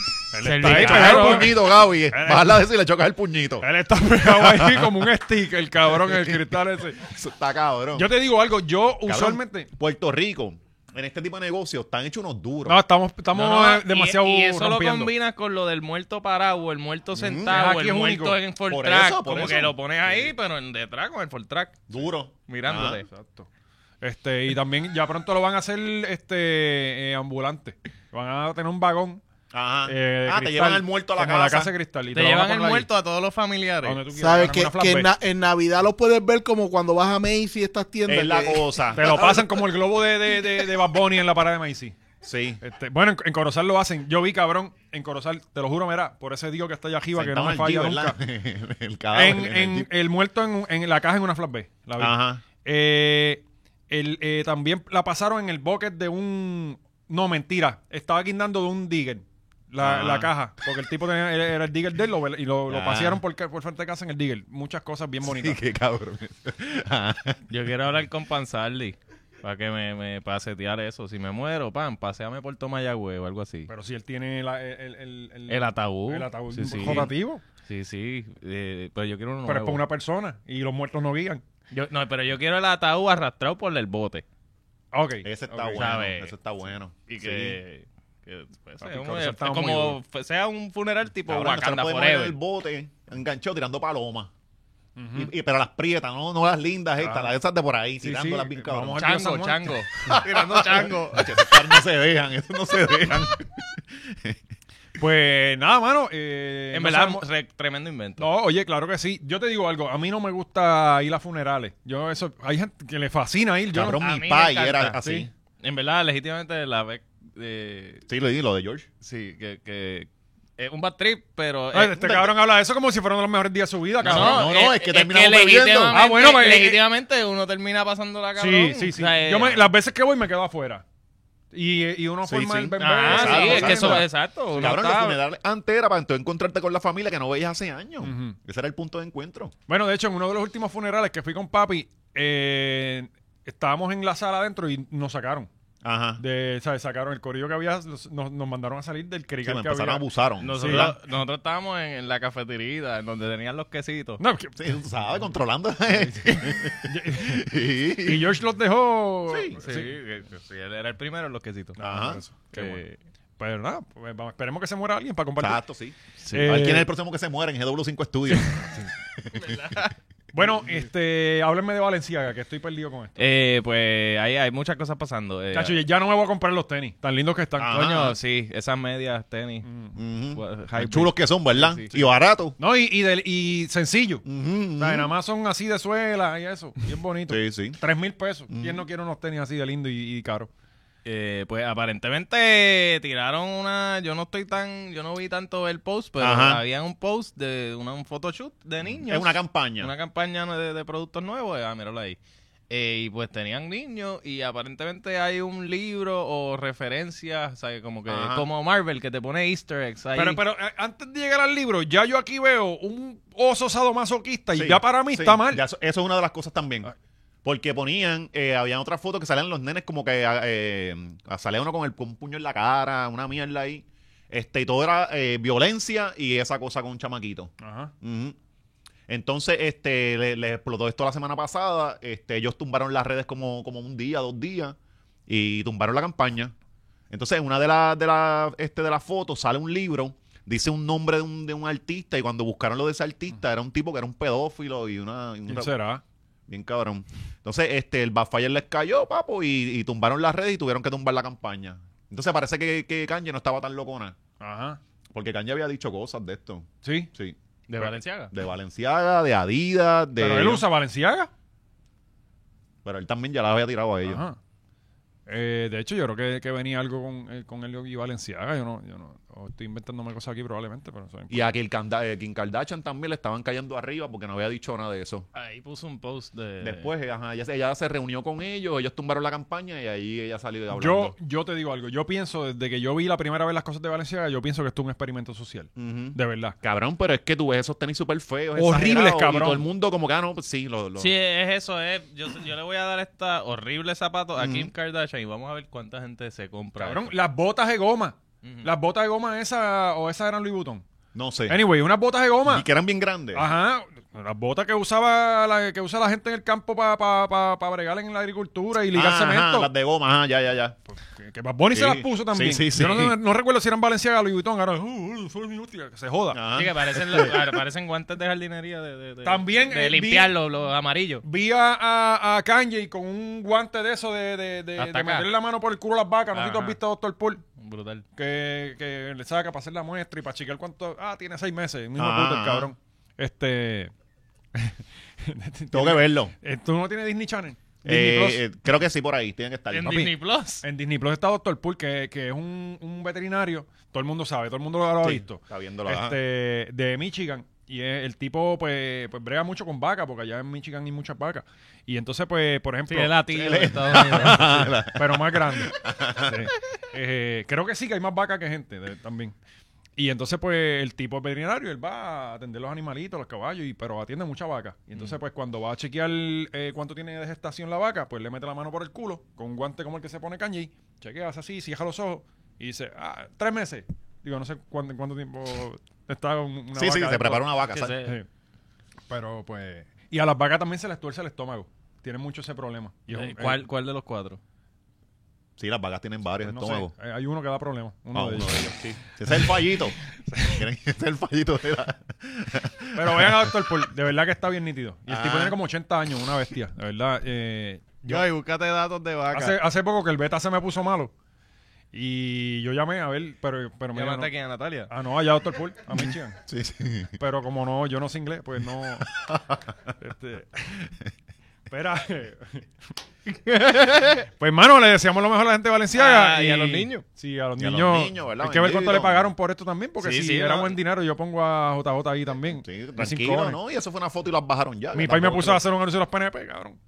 Se está le ahí cae Chocar pegado. el puñito, Gaby. Era- Bajarla de eso y le chocas el puñito. Él está pegado ahí como un stick, el cabrón, el cristal ese. Eso Está cabrón. Yo te digo algo, yo Cabrón, usualmente... Puerto Rico, en este tipo de negocios, están hechos unos duros. No, estamos, estamos No, no, eh, demasiado y, y eso lo rompiendo. combinas con lo del muerto parado, o el muerto ajá, sentado, o aquí es el muerto único. en full Por track. eso, por como eso. que lo pones ahí, pero en detrás con el full track, Duro. mirándote. Ah, Exacto. Este, y también ya pronto lo van a hacer este eh, ambulante. Van a tener un vagón. Ajá. Ajá. eh, ah, cristal, te llevan al muerto a la como casa. de cristal. y Te lo van a llevan el poner ahí, muerto a todos los a donde familiares. tú quieras, ¿Sabes? con Que, una que en, flatbed. na- en Navidad lo puedes ver como cuando vas a Macy y estas tiendas. Es la que- cosa. Te lo pasan como el globo de, de, de, de Bad Bunny en la parada de Macy. Sí. Este, bueno, en, en Corozal lo hacen. Yo vi, cabrón, en Corozal, te lo juro, mira, por ese dios que está allá arriba, que no me falla nunca. el cadáver. En, en el en Jeep. el muerto en, en la caja en una flatbed. La vi. Ajá. Eh, el, eh, también la pasaron en el bucket de un. No, mentira. Estaba guindando de un digger. La, Ah. la caja. Porque el tipo tenía, era era el digger de él lo- y lo, lo Ah. pasearon por, ca- por frente de casa en el digger. Muchas cosas bien Sí, bonitas. qué cabrón. Ajá. Yo quiero hablar con Panzardi para que me, me para setear eso. Si me muero, pan, paseame por Tomayagüe o algo así. Pero si él tiene la- el, el, el, el ataúd. el ataúd Sí, sí. rotativo. Sí, sí. eh, pero yo quiero uno Pero es nuevo. para una persona. Y los muertos no guían. Yo- no, pero yo quiero el ataúd arrastrado por el bote. Ok. Ese está Ok. bueno. Sabe. Ese está bueno. Y Sí. que... que, pues, Papi, sea un- creo que eso estaba muy como duro. fe- sea un funeral tipo Cabrón, nosotros Wakanda podemos ir en Forever. el bote enganchó tirando palomas. Y- y- pero las prietas, no, no las lindas estas, Ah. las esas de por ahí, Sí, tirándolas sí. bien cabrón. Vamos al- Chango, Dios chango. Tirando chango. Chacho, esos caras no se dejan, esos no se dejan. Pues nada, mano. eh, En no verdad, sabemos- re- tremendo invento. No, oye, claro que sí. Yo te digo algo, a mí no me gusta ir a funerales. Yo eso, hay gente que le fascina ir. Yo no- Cabrón, a mi mí me pai encanta, era así. sí. En verdad, legítimamente, la vez... eh, Sí, lo di, lo de George. sí, que... que es un bad trip, pero... Ay, eh, este cabrón habla de eso como si fueran los mejores días de su vida, No, cabrón. no, no, es que terminamos legítimamente- bebiendo. Ah, bueno, pues, eh, legítimamente uno termina pasando la cabrón. sí, sí, sí. O sea, Yo me- eh, las veces que voy me quedo afuera. Y, y uno Sí, forma sí. el bebé. Ah, Exacto, sí, es exacto. que eso es exacto. uno Cabrón, los está- funerales antes era para tú encontrarte con la familia que no veías hace años. Ujú. Ese era el punto de encuentro. Bueno, de hecho, en uno de los últimos funerales que fui con papi, eh, estábamos en la sala adentro y nos sacaron. Ajá. De, ¿sabes? Sacaron el corillo que había, los- nos, nos mandaron a salir del Sí, crical me que había. empezaron a abusaron. Nosotros, nosotros estábamos en, en la cafetería, en donde tenían los quesitos. No, que- Sí, tú sabes, controlando. Sí. y George los dejó. Sí, Sí, que- que sí, él era el primero en los quesitos. Eh, Ajá. Qué Que- bueno. Pero nada, eh, pues, vamos, esperemos que se muera alguien para compartir. Exacto, sí. Eh, A ver quién es el próximo que se muere en GW5 Studios. Bueno, este, háblenme de Valenciaga, que estoy perdido con esto. Eh, pues ahí hay muchas cosas pasando. eh. Chacho, ya no me voy a comprar los tenis, tan lindos que están. Ah. coño. Coño, sí, esas medias, tenis. pues, Mm. Ujú. Well, Tan hybrid. Chulos que son, ¿verdad? Sí, Y baratos. No, y, y, del- y sencillo. Ujú, O sea, ujú. nada más son así de suela y eso, bien bonito. Mm. Sí, Mm. sí. Tres mil pesos. ¿Quién no quiere unos tenis así de lindo y, y caro? Eh, pues aparentemente tiraron una. Yo no estoy tan. Yo no vi tanto el post, pero Ajá. había un post de una, un photoshoot de niños. Es una campaña. Una campaña de, de productos nuevos, eh, ah, míralo ahí. Eh, y pues tenían niños y aparentemente hay un libro o referencias, o sea, como que Ajá. como Marvel que te pone easter eggs ahí. Pero, pero eh, antes de llegar al libro, ya yo aquí veo un oso sadomasoquista y Sí, ya para mí sí. está mal. Ya eso, eso es una de las cosas también. Ah. Porque ponían, eh, habían otras fotos que salían los nenes como que eh, salía uno con el con un puño en la cara, una mierda ahí. Este, y todo era eh, violencia y esa cosa con un chamaquito. Ajá. Ujú. Entonces, este, le- les explotó esto la semana pasada. Este, ellos tumbaron las redes como, como un día, dos días, y tumbaron la campaña. Entonces, en una de las de la, este, de las fotos sale un libro, dice un nombre de un, de un artista, y cuando buscaron lo de ese artista, era un tipo que era un pedófilo y una. y un ¿Quién ra- será? Bien cabrón. Entonces, este, el Backfire les cayó, papo, y, y tumbaron las redes y tuvieron que tumbar la campaña. Entonces parece que, que Kanye no estaba tan locona. Ajá. Porque Kanye había dicho cosas de esto. Sí. Sí. de Valenciaga. De Valenciaga, de Adidas, de. Pero él usa Valenciaga. Pero él también ya la había tirado a ellos. Ajá. Eh, de hecho, yo creo que, que venía algo con, eh, con Helio y Valenciaga. Yo no, yo no. o estoy inventándome cosas aquí probablemente, pero no sé. Y a Kim, Kanda- eh, Kim Kardashian también le estaban cayendo arriba porque no había dicho nada de eso. Ahí puso un post de... Después, eh, ajá, ella, se- ella se reunió con ellos, ellos tumbaron la campaña y ahí ella salió hablando. Yo, yo te digo algo. Yo pienso, desde que yo vi la primera vez las cosas de Valenciaga, yo pienso que esto es un experimento social. Ujú. De verdad. Cabrón, pero es que tú ves esos tenis súper feos. Horribles, exagerados, cabrón. Y todo el mundo como que, ah, no, pues sí, lo, lo- Sí, es eso, es. Yo, yo le voy a dar esta horrible zapato a Kim Kardashian y vamos a ver cuánta gente se compra. Cabrón, esto. las botas de goma. Ujú. Las botas de goma esas o esas eran Louis Vuitton. no sé. Anyway, unas botas de goma. Y que eran bien grandes. Ajá, las botas que usaba la, que usa la gente en el campo para pa, pa- pa bregar en la agricultura y ligar Ah, ajá, cemento. las de goma, ajá, ya, ya, ya. Que, que Bad Bunny Sí. se las puso también. Sí, sí, Yo sí. no, no recuerdo si eran Valenciaga o Louis Vuitton. Ahora, uh, uh, fue mi hostia, que se joda. Ajá. Sí, que parecen, los- ah, parecen guantes de jardinería de, de- de- También, de eh, vi- limpiar los, los amarillos. Vi a, a, a Kanye con un guante de eso de, de, de- Hasta de acá. meterle la mano por el culo a las vacas. No sé si tú has Ajá. visto a Dr. Paul Brutal. que, que le saca para hacer la muestra y para chequear cuánto. Ah, tiene seis meses. El mismo Ah, puto, el ah. cabrón. Este. Tengo que verlo. Eh, ¿Tú no tienes Disney Channel? Disney Eh, Plus. eh, creo que sí, por ahí, tienen que estar. En Papi, Disney Plus. En Disney Plus está Doctor Pool, que, que es un, un veterinario, todo el mundo sabe, todo el mundo lo ha Sí, visto. está viéndolo, ajá. Este, de Michigan. Y es- el tipo, pues, pues, brega mucho con vacas, porque allá en Michigan hay muchas vacas. Y entonces, pues, por Sí, ejemplo, es latino de Estados Unidos. pero más grande. Sí. Eh, creo que sí, que hay más vacas que gente de- también. Y entonces, pues, el tipo es veterinario, él va a atender los animalitos, los caballos, y, pero atiende mucha vaca. Y Mm. entonces, pues, cuando va a chequear eh, cuánto tiene de gestación la vaca, pues le mete la mano por el culo, con un guante como el que se pone Kanye, chequea, hace así, cierra los ojos, y dice, ah, tres meses. Digo, no sé cuánto, cuánto tiempo está un- una Sí, sí, vaca se dentro. prepara una vaca. Que ¿sabes? se- Sí. Pero, pues... Y a las vacas también se les tuerce el estómago. Tienen mucho ese problema. Y es un- Eh, ¿Cuál, ¿Cuál de los cuatro? Sí, las vacas tienen varios no sé, estómagos. eh, hay uno que da problemas. Uno de Este, Ah, uno ellos. de ellos, sí. Ese es el fallito. Ese es el fallito de la- Pero vean a Doctor Paul, de verdad que está bien nítido. Y el Ah. tipo tiene como 80 años, una bestia. De verdad. eh, Yo, y búscate datos de vaca. hace, hace poco que el beta se me puso malo. Y yo llamé a ver, pero, pero mira, Llámate no. aquí a Natalia. Ah, no, allá Doctor Paul, a Michigan. Sí, sí. Pero como no, yo no sé inglés, pues no. este, espera. eh. pues, hermano, le deseamos lo mejor a la gente valenciana. Ah, y a los niños. Sí, a los Y a los niños. niños, ¿verdad? Hay que ver cuánto le Bendito. pagaron por esto también, porque Sí, si sí, era no. buen dinero, yo pongo a JJ ahí también. eh. Sí, Y sin tranquilo, cojones. ¿no? Y eso fue una foto y las bajaron ya. Mi que país me tampoco puso a creo- hacer un anuncio de los PNP, cabrón.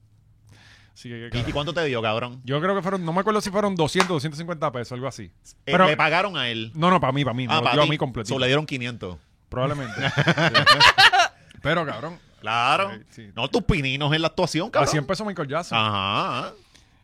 Así que, ¿Y- ¿Y cabrón. cuánto te dio, cabrón? Yo creo que fueron, no me acuerdo si fueron 200, 250 pesos, algo así. Eh, Pero, le pagaron a él. Ah, no, no, para mí, para mí. me lo para dio a ti. mí completito. So, le dieron 500. Probablemente. Pero, cabrón, Claro. Sí, sí. No, tus pininos en la actuación, a cabrón. 100 pesos Michael Jackson. Ajá.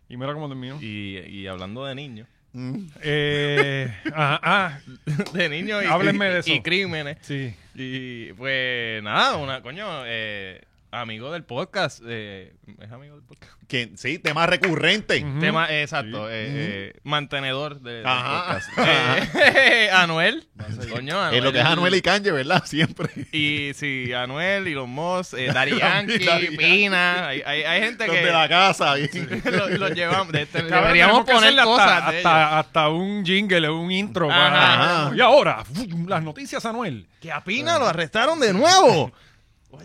Y mira cómo terminó. Ah. Y, y hablando de niños. Mm. Eh, ajá, ah, De niños y, Háblenme de y- y eso. crímenes. sí. Y pues nada, una coño, eh, amigo del podcast. eh, es amigo del podcast. Que- sí, tema recurrente. Ujú. Tema, eh, exacto, eh, eh, mantenedor de, del Ajá. podcast. Eh, Anuel, coño, Anuel. Es lo que es Anuel y Kanye, ¿verdad? Siempre. Y sí, Anuel, Elon Musk, eh, Daddy También Yankee, Daddy Yankee. Pina, hay, hay, hay gente Los que de la casa. ahí. lo, lo llevamos, de- te- Cabrón, tenemos deberíamos que poner hacerle hasta- cosas hasta, de ellos. hasta, un jingle, un intro. Ajá. para- Y ahora, ¡fum! las noticias, Anuel. Que a Pina lo arrestaron de nuevo.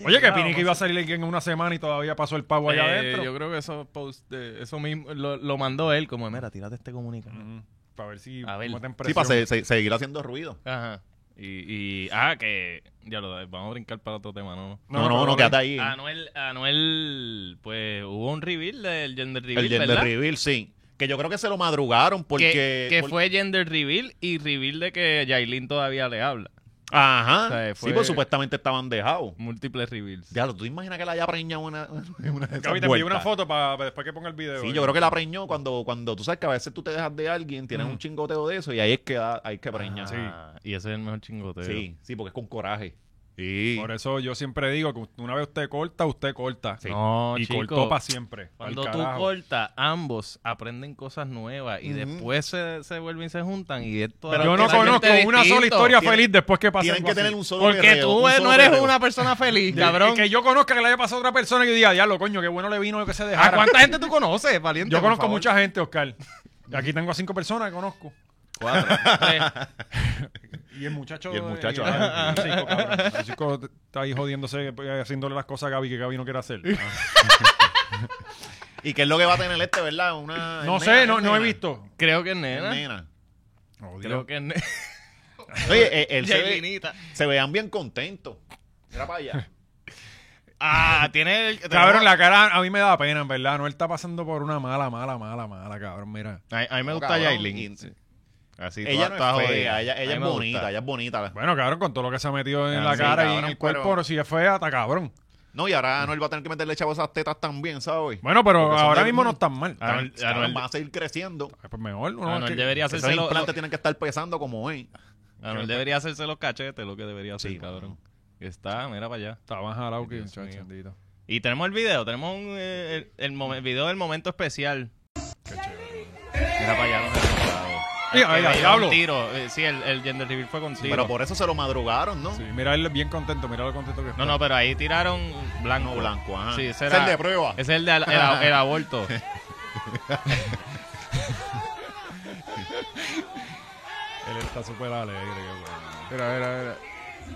Oye, que claro, Pini que vamos iba a salir en una semana y todavía pasó el pavo allá Eh, adentro. yo creo que esos posts, de- eso mismo, lo, lo mandó él, como, mira, tírate este comunicado. Ujú. Para ver si A ver. meten Sí, presión. para se- se- seguir haciendo ruido. Ajá. Y, y, ah, que, ya lo, vamos a brincar para otro tema, ¿no? No, no, no, pero- quédate ahí. Anuel, Anuel, pues hubo un reveal del gender reveal, El gender ¿verdad? reveal, sí. Que yo creo que se lo madrugaron porque. que, que por- fue gender reveal y reveal de que Yailin todavía le habla. Ajá. O sea, fue- Sí, pues supuestamente estaban dejados. Múltiples reveals. Diablo, ¿tú te imaginas que la haya preñado una, una de esas Gaby, te envié una vueltas? foto para después que ponga el video. ¿eh? Sí, yo creo que la preñó cuando, cuando tú sabes que a veces tú te dejas de alguien, tienes Ujú. un chingoteo de eso y ahí es que, da- ahí es que preña. Ah, Y ese es el mejor chingoteo. Sí, sí, porque es con coraje. Sí. Por eso yo siempre digo que una vez usted corta, usted corta. Sí. No, y chico, cortó para siempre. pa'l Cuando tú carajo. cortas, ambos aprenden cosas nuevas y Ujú. después se, se vuelven y se juntan y esto... Pero yo no conozco una sola historia Tienen- feliz después que pasa. Tienen algo que así. tener un solo Porque perreo, tú un eh, solo no eres perreo. una persona feliz, cabrón. Que yo conozca que le haya pasado a otra persona y yo diga, diablo, coño, qué bueno le vino que se dejara. ¿A cuánta gente tú conoces, valiente? Yo por conozco favor? mucha gente, Oscar. Aquí tengo a cinco personas que conozco. Cuatro, tres. Y el muchacho. Y el muchacho, eh, ajá. el chico, cabrón. El chico está ahí jodiéndose, eh, haciéndole las cosas a Gaby que Gaby no quiere hacer. ¿Y qué es lo que va a tener este, verdad? Una, No es sé, nena, no, es no he nena. visto. Creo que es Es nena. nena. Odio. Creo que es nena. Oye, eh, él se, ve- Jailinita. se vean bien contentos. Mira para allá. Ah, tiene el. Cabrón, la cara a mí me da pena, en verdad. No, él está pasando por una mala, mala, mala, mala, cabrón. Mira. A, a mí me No, gusta cabrón, Yailin. y- Sí. Así, ella toda- no toda es jodida. fea, ella, ella A es mí me gusta. bonita, ella es bonita. Bueno, cabrón, con todo lo que se ha metido en Ah, la sí, cara y en cabrón, el cuerpo, pero- si es fea, está cabrón. No, y ahora Anuel va a tener que meterle chavos a esas tetas también, ¿sabes? Bueno, pero Porque son ahora de- mismo no están mal. Ah, Anuel- Cabrón, Anuel- van a seguir creciendo. Ah, Pues mejor, uno Anuel que- debería Esos hacerse los. implantes tienen que estar pesando como es. Anuel debería hacerse los cachetes, lo que debería hacer, Sí, mano. cabrón. Está, mira para allá. Está más jalado que un Dios mío. chachandito. Y tenemos el video, tenemos un, eh, el, el momen- video del momento especial. Mira para allá, no se Sí, El que ahí, le ahí, dio diablo. un tiro. eh, Sí, el, el gender reveal fue con tiro. Pero por eso se lo madrugaron, ¿no? Sí, mira él bien contento, mira lo contento que está. No, no, pero ahí tiraron blanco. No, blanco, ajá. Sí, ese Es era- el de prueba. Ese es el de al- el, a- el aborto. Él está súper alegre, cabrón. Mira, mira, mira.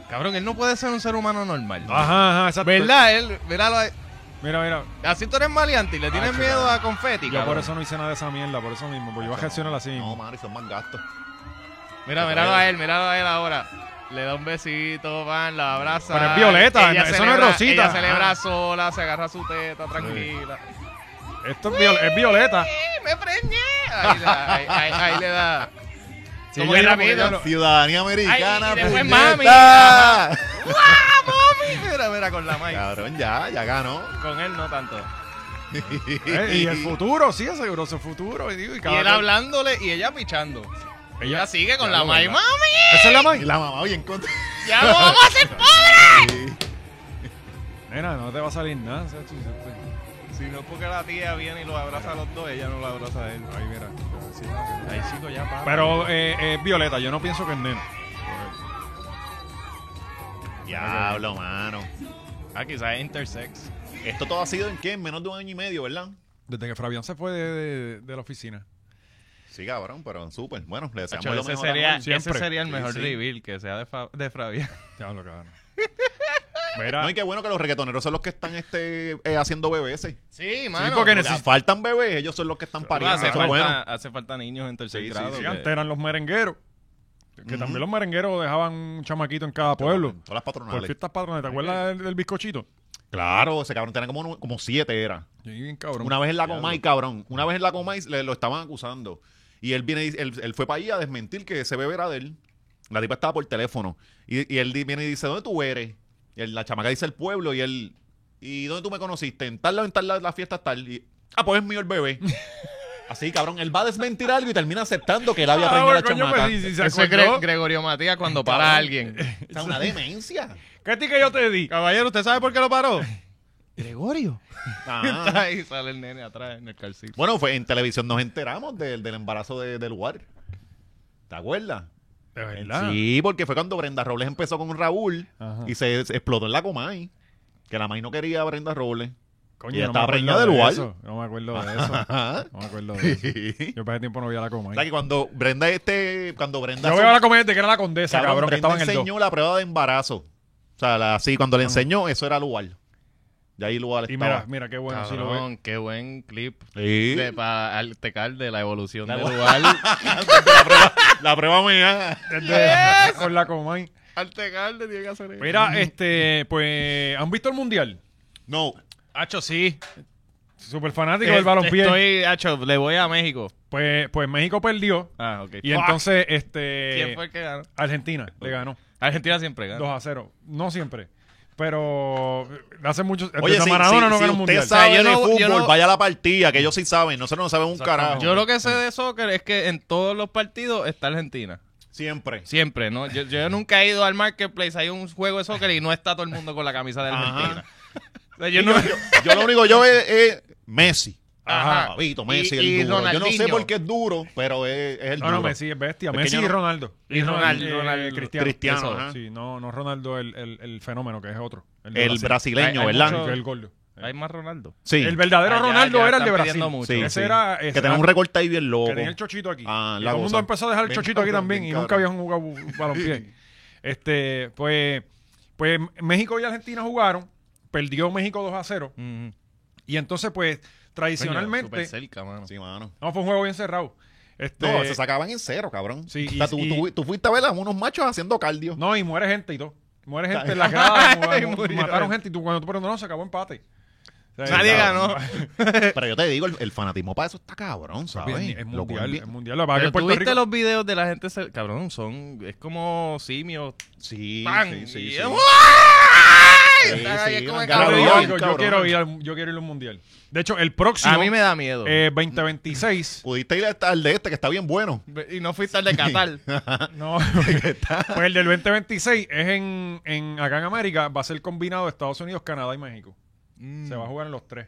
Cabrón, él no puede ser un ser humano normal. Ajá, ajá, exacto. ¿Verdad? Él, míralo ahí. Mira, mira. Así tú eres maleante y le tienes Hacho, miedo cabrón. a confeti. Yo por cabrón. eso no hice nada de esa mierda, por eso mismo, porque yo voy a gestionar así No, mismo. mano, y son más gastos. Mira, míralo a él, míralo a él ahora. Le da un besito, van, la abraza. Pero es Violeta, Ella no- eso no celebra- es Rosita. Ella celebra sola, se agarra su teta, tranquila. Esto es, viol- es violeta. ¡Eh, ¡Me preñé! Ahí, da- ahí- ahí- ahí le da. Sí, Como yo que lo- rápido. yo lo- Ciudadanía americana, Ay, y después puñeta. mami, ajá. Mira, mira, con la maíz. Cabrón, ya, ya ganó. Con él no tanto. Eh, y el futuro, sí, aseguró su futuro. Y, digo, y Y cada- él hablándole y ella pichando. Ella, Ella- sigue con Ya la lo maíz. verdad. ¡Mami! ¿Esa es la Y maíz? la mamá bien contra. ¡Ya no vamos a ser pobres! Nena, no te va a salir nada. ¿sabes? Tú- tú- tú- Si no es porque la tía viene y los abraza a los dos, ella no lo abraza a él. Ahí, mira. Sí, no, Ahí chico ya para. Pero eh, es violeta, yo no pienso que es nena. Diablo, mano. Ah, quizás es intersex. Esto todo ha sido en qué? En menos de un año y medio, ¿verdad? Desde que Fabián se fue de, de- de la oficina. Sí, cabrón, pero súper. Bueno, le deseamos Acho, lo ese, mejor. a sería, Anuel. siempre. ese sería el mejor sí. reveal que sea de, Fa- de Fabián. Diablo, cabrón. Mira, No, y qué bueno que los reggaetoneros son los que están este, eh, haciendo bebés. eh. Sí, mano. porque Porque Neces- faltan bebés, ellos son los que están Porque pariendo. hace, Eso falta, es bueno. hace falta niños en tercer Sí, sí, grado. sí, sí, que- antes eran los merengueros. Que también los merengueros dejaban un chamaquito en cada pueblo. Todas las Por patronales. fiestas patrones, ¿te acuerdas del, del bizcochito? Claro, ese cabrón tenía como, nu- como siete, era. Yo bien cabrón. Una vez en la Comay, cabrón. Una vez en la Comay le lo estaban acusando. Y él viene y dice- él, él fue para ahí a desmentir que ese bebé era de él. La tipa estaba por teléfono. Y, y él di- viene y dice, ¿dónde tú eres? Y él- la chamaca dice el pueblo y él, ¿y dónde tú me conociste? En tal lado, en tal lado de la fiesta, tal. Y, ah, pues es mío el bebé. Así, cabrón, él va a desmentir algo y termina aceptando que él había Ah, traído a la coño, chamaca. pues, si- si se Eso es Gre- acordó. Gregorio Matías cuando para a alguien. O sea, una demencia. ¿Qué tica yo te di? Caballero, ¿usted sabe por qué lo paró? Gregorio. Ah. Ahí sale el nene atrás en el calcito. Bueno, fue en televisión nos enteramos del, del embarazo de- del War. ¿Te acuerdas? De verdad. Sí, porque fue cuando Brenda Robles empezó con Raúl Ajá. y se, se explotó en la Comay. Que la May no quería a Brenda Robles. Coño, Ella no me estaba acuerdo preñada del de Wal. eso. No me acuerdo de eso. Ajá. No me acuerdo de eso. o Yo para ese tiempo no vi a la coma. Ah. ¿eh? sea que cuando Brenda este, cuando Brenda Yo se- veo a la coma desde que era la condesa, cabrón, cabrón, que Brenda estaba en el enseñó 2. la prueba de embarazo. O sea, la- sí, cuando le enseñó, eso era lugar. Y ahí lugar Y estaba. mira, mira, qué bueno. sí lo veo. Cabrón, qué buen clip. Sí. De, para al tecal de la evolución La del evol- lugar. La prueba mía. Desde- Este, Con la coma. ¿eh? al tecal le tiene que hacer eso. Mira, este, pues, ¿han visto el mundial? No. Hacho, sí. Súper fanático Eh, del balompié. Este, Estoy, Hacho, le voy a México. Pues, pues México perdió. Ah, ok. Y Fuck. entonces, este. ¿Quién fue el que ganó? Argentina le ganó Argentina siempre 2 gana. a 0. No siempre. Pero hace muchos. Oye, desde si, Maradona si- no si ganó usted el mundial. sabe O sea, yo de no- yo fútbol, no- vaya a la partida, que ellos sí saben. Nosotros no sabemos un Exactamente. carajo. Yo lo que sé de soccer es que en todos los partidos está Argentina. Siempre. Siempre, ¿no? Yo, yo nunca he ido al marketplace, hay un juego de soccer y no está todo el mundo con la camisa de Argentina. O sea, yo no- Yo lo único yo es, es Messi. Ajá. Ajá, Pavito, Messi, Y- el y duro. Yo no Ronaldinho. sé por qué es duro, pero es, es el No, duro. no, Messi es bestia. Es que Messi yo y no- Ronaldo. y Ronaldo, Eh, Ronaldo. Cristiano. Cristiano, Eso, ajá. sí, no, no Ronaldo, el, el, el fenómeno que es otro. de El Brasil. brasileño, Hay- hay ¿verdad? mucho- El, el gordo. Hay más Ronaldo. Sí. El verdadero Ah, ya, Ronaldo ya era el de están Brasil. pidiendo mucho. Sí, Ese sí. era. que ese- tenía un recorte ahí bien loco. Que tenía el chochito aquí. Ah, y la todo el mundo goza. empezó a dejar el Bien chochito aquí cabrón, también. Y bien nunca cabrón. habían jugado bu- balompié. este, pues, pues México y Argentina jugaron. Perdió México 2 a 0. Y entonces, pues, tradicionalmente. Súper cerca, mano. Sí, mano. No, fue un juego bien cerrado. Este, No, se sacaban en cero, cabrón. Sí, o y- sea, tú, y- tú- tú fuiste a ver a unos machos haciendo cardio. No, y muere gente y todo. Muere gente en la grada. mu- Ay, mu- murió. mataron gente y tú cuando tú pero no, se acabó empate. O sea, Nadie no, ganó. Pero yo te digo, el, el fanatismo para eso está cabrón, ¿sabes? Eh. Es, es Lo cual mundial, bien- es mundial. Lo que pasa es que Pero en tú Puerto viste Rico. los videos de la gente, se- cabrón, son, es como simios, Sí, pan, sí, sí, y- sí. ¡Ay! Sí, Están ahí sí, como un Claro, cabrón, yo, cabrones. digo, yo cabrón. quiero ir al, yo quiero ir a un mundial. De hecho, el próximo, A mí me da miedo. eh, 2026. Pudiste ir hasta el de este, que está bien bueno. y no fuiste al de Qatar. No, pues el del 2026 es en, en acá en América, va a ser combinado Estados Unidos, Canadá y México. Se Mm. va a jugar en los tres.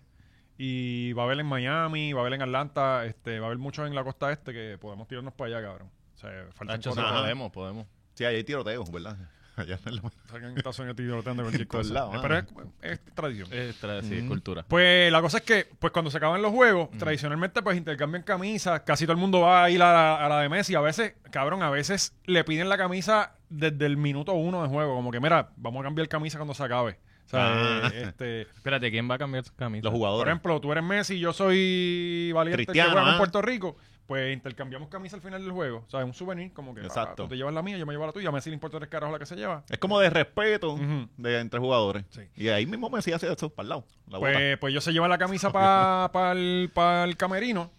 Y va a haber en Miami, va a haber en Atlanta, este, va a haber muchos en la costa este que podemos tirarnos para allá, cabrón. O sea, faltan Nacho, sí, cuatro Ajá. podemos, podemos. Sí, ahí hay tiroteos, ¿verdad? Allá en el- Sacan en Estados Unidos tiroteando cualquier todos cosa. lados, ah. Eh, Pero es, es tradición. Es tra- sí, Mm. cultura. Pues la cosa es que, pues cuando se acaban los juegos, tradicionalmente pues intercambian camisas, casi todo el mundo va a ir a la, a la de Messi. A veces, cabrón, a veces le piden la camisa desde el minuto uno de juego. Como que, mira, vamos a cambiar camisa cuando se acabe. O sea, Ah. eh, este, Espérate, ¿quién va a cambiar su camisa? Los por jugadores. ejemplo, tú eres Messi, yo soy valiente el que Cristiano, juega en ah. Puerto Rico. Pues intercambiamos camisa al final del juego. O sea, es un souvenir, como que ah, Exacto. tú te llevas la mía, yo me llevo la tuya. A Messi le importa tres carajos la que se lleva. es como de respeto Ujú. de, entre jugadores. Sí. Y ahí mismo Messi hace eso para el lado. La bota. Pues, pues ellos se llevan la camisa para el, camerino.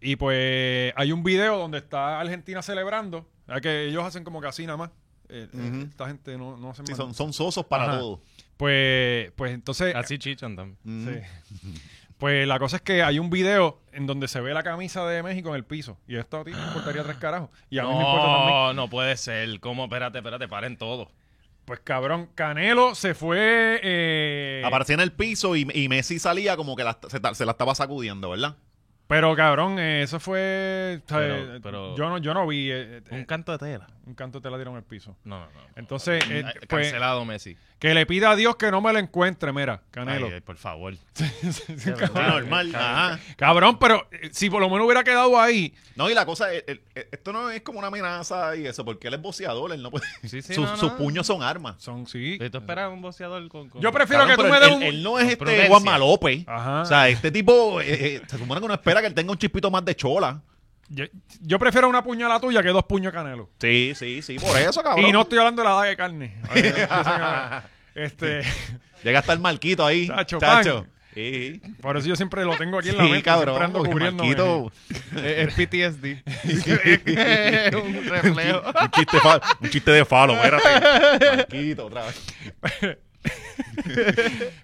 Y pues hay un video donde está Argentina celebrando. ¿Sabes que ellos hacen como que así nada más. Eh, eh, Ujú. Esta gente no, no hace Sí, más son, nada. son sosos para Ajá. todo. Pues, pues entonces. Así chichan Ah, también. Mm. Sí. Pues la cosa es que hay un video en donde se ve la camisa de México en el piso. Y esto a ti te importaría tres carajos. Y a mí me importa también. No, no puede ser. ¿Cómo? Espérate, espérate, paren todo. Pues cabrón, Canelo se fue. eh, Aparecía en el piso y, y Messi salía como que la- se, ta- se la estaba sacudiendo, ¿verdad? pero cabrón, eh, eso fue. o sea, Pero- eh, pero- yo, no, yo no vi. eh, eh, Un canto de tela. un canto te la dieron en el piso. No, no, no. Entonces, eh, Ah, pues, Cancelado Messi. que le pida a Dios que no me lo encuentre, mira, Canelo. Ay, ay, por favor. Sí, normal. Ajá. Cabrón, pero eh, si por lo menos hubiera quedado ahí, No, y la cosa, es- el- el- esto no es como una amenaza y eso, porque él es boceador, él no Eh, puede. Sí, sí, sus, no, no. sus puños son armas. son sí. ¿Tú esperas un boxeador con, con- Yo prefiero que Cabrón, tú pero me él, des él- un... él no es este prudencia. Juanma López. Ajá. O sea, este tipo, eh, eh, se supone que uno espera que él tenga un chispito más de chola. yo, yo prefiero una puñalada tuya que dos puños de Canelo. Sí, sí, sí, por eso, cabrón. Y no estoy hablando de la edad de carne. Ay, que empiecen a- este, Llega hasta el marquito ahí. Chacho, Chacho. pan. Sí, por eso yo siempre lo tengo aquí sí, en la mente. cabrón. siempre ando porque cubriéndome. Marquito, Es PTSD. Es un reflejo. un, chiste fa- un chiste de falo, espérate. Marquito, otra vez.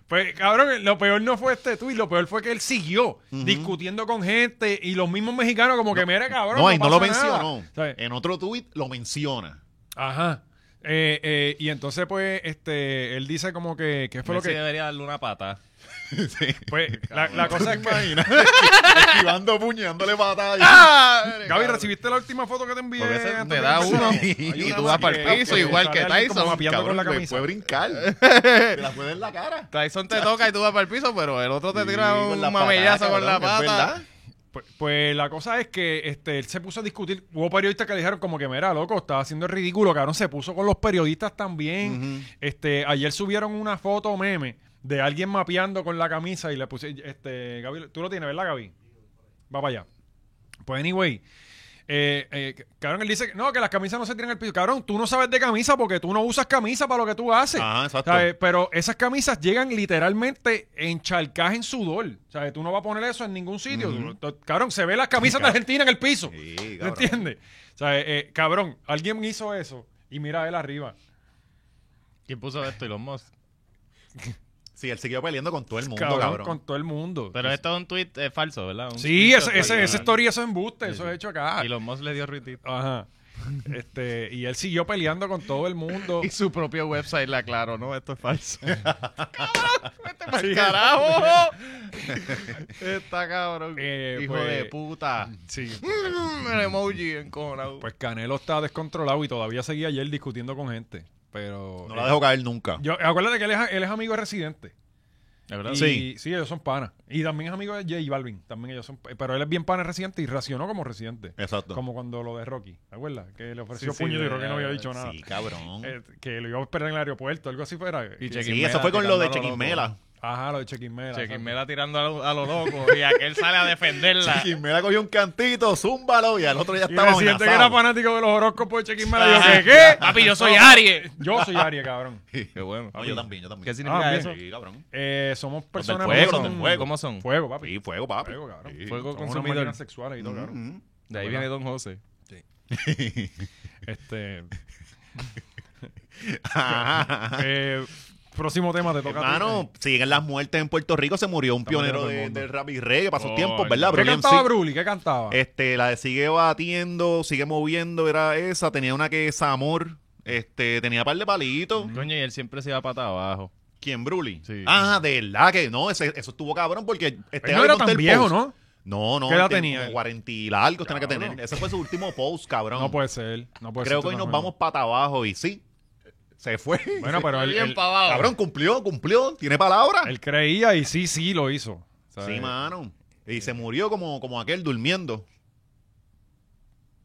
Pues, cabrón, lo peor no fue este tuit, lo peor fue que él siguió discutiendo con gente y los mismos mexicanos como que, mira, cabrón, no, ahí no, lo pasa nada". mencionó. ¿Sabes? En otro tuit lo menciona. Ajá. Eh, eh, y entonces, pues, este, él dice como que, ¿qué fue Messi lo que...? debería darle una pata. Pues, la, la cosa es que... Imagina, esquivando puñándole Ah, batalla. Gaby, ¿recibiste la última foto que te envié? Porque ese antes te de da empezar? uno Hay y una tú más vas pa'l que- piso, igual que sale alguien como Tyson. mapeando con la le camisa. puede brincar. Te la puede en la cara. Tyson te toca y tú vas para el piso, pero el otro te tira Sí, un la mamellazo patada, con la cabrón, es pata. verdad. Pues, pues la cosa es que este, él se puso a discutir. Hubo periodistas que le dijeron como que, mira, loco, estaba haciendo el ridículo, cabrón. Se puso con los periodistas también. este, ayer subieron una foto meme de alguien mapeando con la camisa y le puse, este, Gaby, tú lo tienes, ¿verdad, Gaby? Va para allá. Pues anyway. eh, eh, cabrón, él dice, que- no, que las camisas no se tiran al piso. Cabrón, tú no sabes de camisa porque tú no usas camisa para lo que tú haces. Ajá, exacto. ¿Sabes? Pero esas camisas llegan literalmente en charcaje, en sudor. ¿Sabes? Tú no vas a poner eso en ningún sitio. Tú- tú- Cabrón, se ve las camisas de Argentina en el piso. Sí, ¿Me cabrón. entiendes? ¿Sabes? Eh, cabrón, alguien hizo eso y mira él arriba. ¿Quién puso esto? Elon Musk. Sí, él siguió peleando con todo el mundo, Cabrón, cabrón. con todo el mundo. Pero esto es un tweet eh, falso, ¿verdad? Un sí, tweet ese, falso, ese, ese ¿verdad? story, eso es embuste. Eso es hecho acá. Elon Musk le dio retweet. Ajá. Este, y él siguió peleando con todo el mundo. Y su propio website le aclaró, no, esto es falso. Sí. ¡Carajo! Está cabrón. Eh, Hijo pues- de puta. Sí. Mm, El emoji encojonado. Pues Canelo está descontrolado y todavía seguía ayer discutiendo con gente. Pero. eh, No la dejo caer nunca. Yo, acuérdate que él es, él es amigo de Residente. ¿La Y- verdad? sí. ellos son panas. Y también es amigo de J Balvin. También ellos son, pero él es bien pana de Residente y racionó como Residente. Exacto. Como cuando lo de Rocky. ¿Te acuerdas? Que le ofreció Sí, sí, puño y de- Rocky no había dicho nada. Sí, cabrón. Eh, que lo iba a esperar en el aeropuerto, algo así fuera. Que- Y Chequimela, Sí, eso fue con lo de tirándolo loco. Chequimela. Ajá, lo de Chequimera. Chequimela tirando a lo, a lo loco y aquel sale a defenderla. Chiquimela cogió un cantito, zúmbalo, y al otro ya Y estaba me siente que era amenazado. fanático de los horóscopos de Chequimera. Yo, Ajá. ¿qué, ¿qué? Papi, yo soy Aries. Yo soy Aries, cabrón. Qué bueno. No, Ah, yo también, yo también. ¿Qué significa Ah, bien. eso? Sí, cabrón. Eh, somos Los personas... del fuego, que los son- del fuego. ¿Cómo son? Fuego, papi. Sí, fuego, papi. Fuego, cabrón. Sí. Fuego Somos unas consumidor. máquinas sexuales y todo, Mm, cabrón. Ujú. De ahí viene Don José. Este... Ajá. eh, próximo tema, te toca a ti. Hermano, siguen las muertes en Puerto Rico. Se murió un Estamos pionero en de, otro mundo. del rap y reggae para sus Oh, tiempos, ya. ¿verdad? ¿Qué Pero cantaba Bruli? ¿Qué cantaba? Este, la de sigue batiendo, sigue moviendo, era esa. Tenía una que es amor. Este, tenía par de palitos. Coño, y él siempre se iba pata abajo. ¿Quién, Bruli? Sí. Ah, de verdad que no, ese- eso estuvo cabrón porque este Él no era álbum tan del viejo, Post- ¿no? No, no, ¿Qué edad ten- tenía como él? 40 y largos tenía que Cabrón. tener. Ese fue su último post, cabrón. No puede ser. No puede Creo ser que hoy tan nos joven. vamos pata abajo y sí. Se fue. Bueno, pero él, él- abajo. Cabrón, cumplió, cumplió. Tiene palabra. él creía y sí, sí lo hizo. ¿sabes? Sí, mano. Y se murió como, como aquel durmiendo.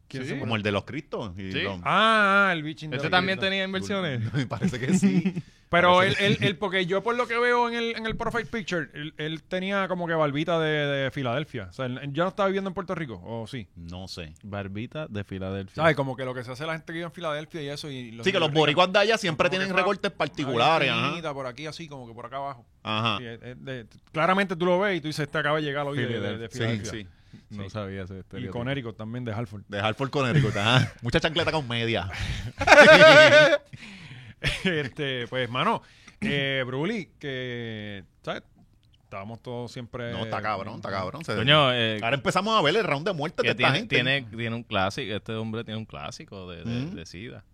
¿Quién Sí. se murió? Como el de los Cristos. Y Sí. los- Ah, ah, el bichín de ¿Este la también tienda. tenía inversiones? Me parece que sí. Pero él, Parece él, él- porque yo por lo que veo en el, en el Profile Picture, él, él tenía como que barbita de, de Filadelfia. O sea, él- yo no estaba viviendo en Puerto Rico, o sí. No sé. Barbita de Filadelfia. ¿Sabes? Como que lo que se hace la gente que vive en Filadelfia y eso. Y Sí, que los boricuas de allá siempre tienen recortes particulares. Una Ajá. Ah. línea por aquí así, como que por acá abajo. Ajá. Sí, es- es de- claramente tú lo ves y tú dices, este acaba de llegar hoy de, de- de Sí, Filadelfia. sí. No sabía ese Y estereotipo. Conérico también de Hartford. De Hartford, Connecticut. Ajá. Mucha chancleta con media. este, pues, mano, eh, Bruli, que, ¿sabes? Estábamos todos siempre... No, está cabrón, está cabrón. Se- Coño, eh, Ahora empezamos a ver el round de muertes de que esta tiene, gente. tiene, tiene un clásico. Este hombre tiene un clásico de, de, Mm. de SIDA.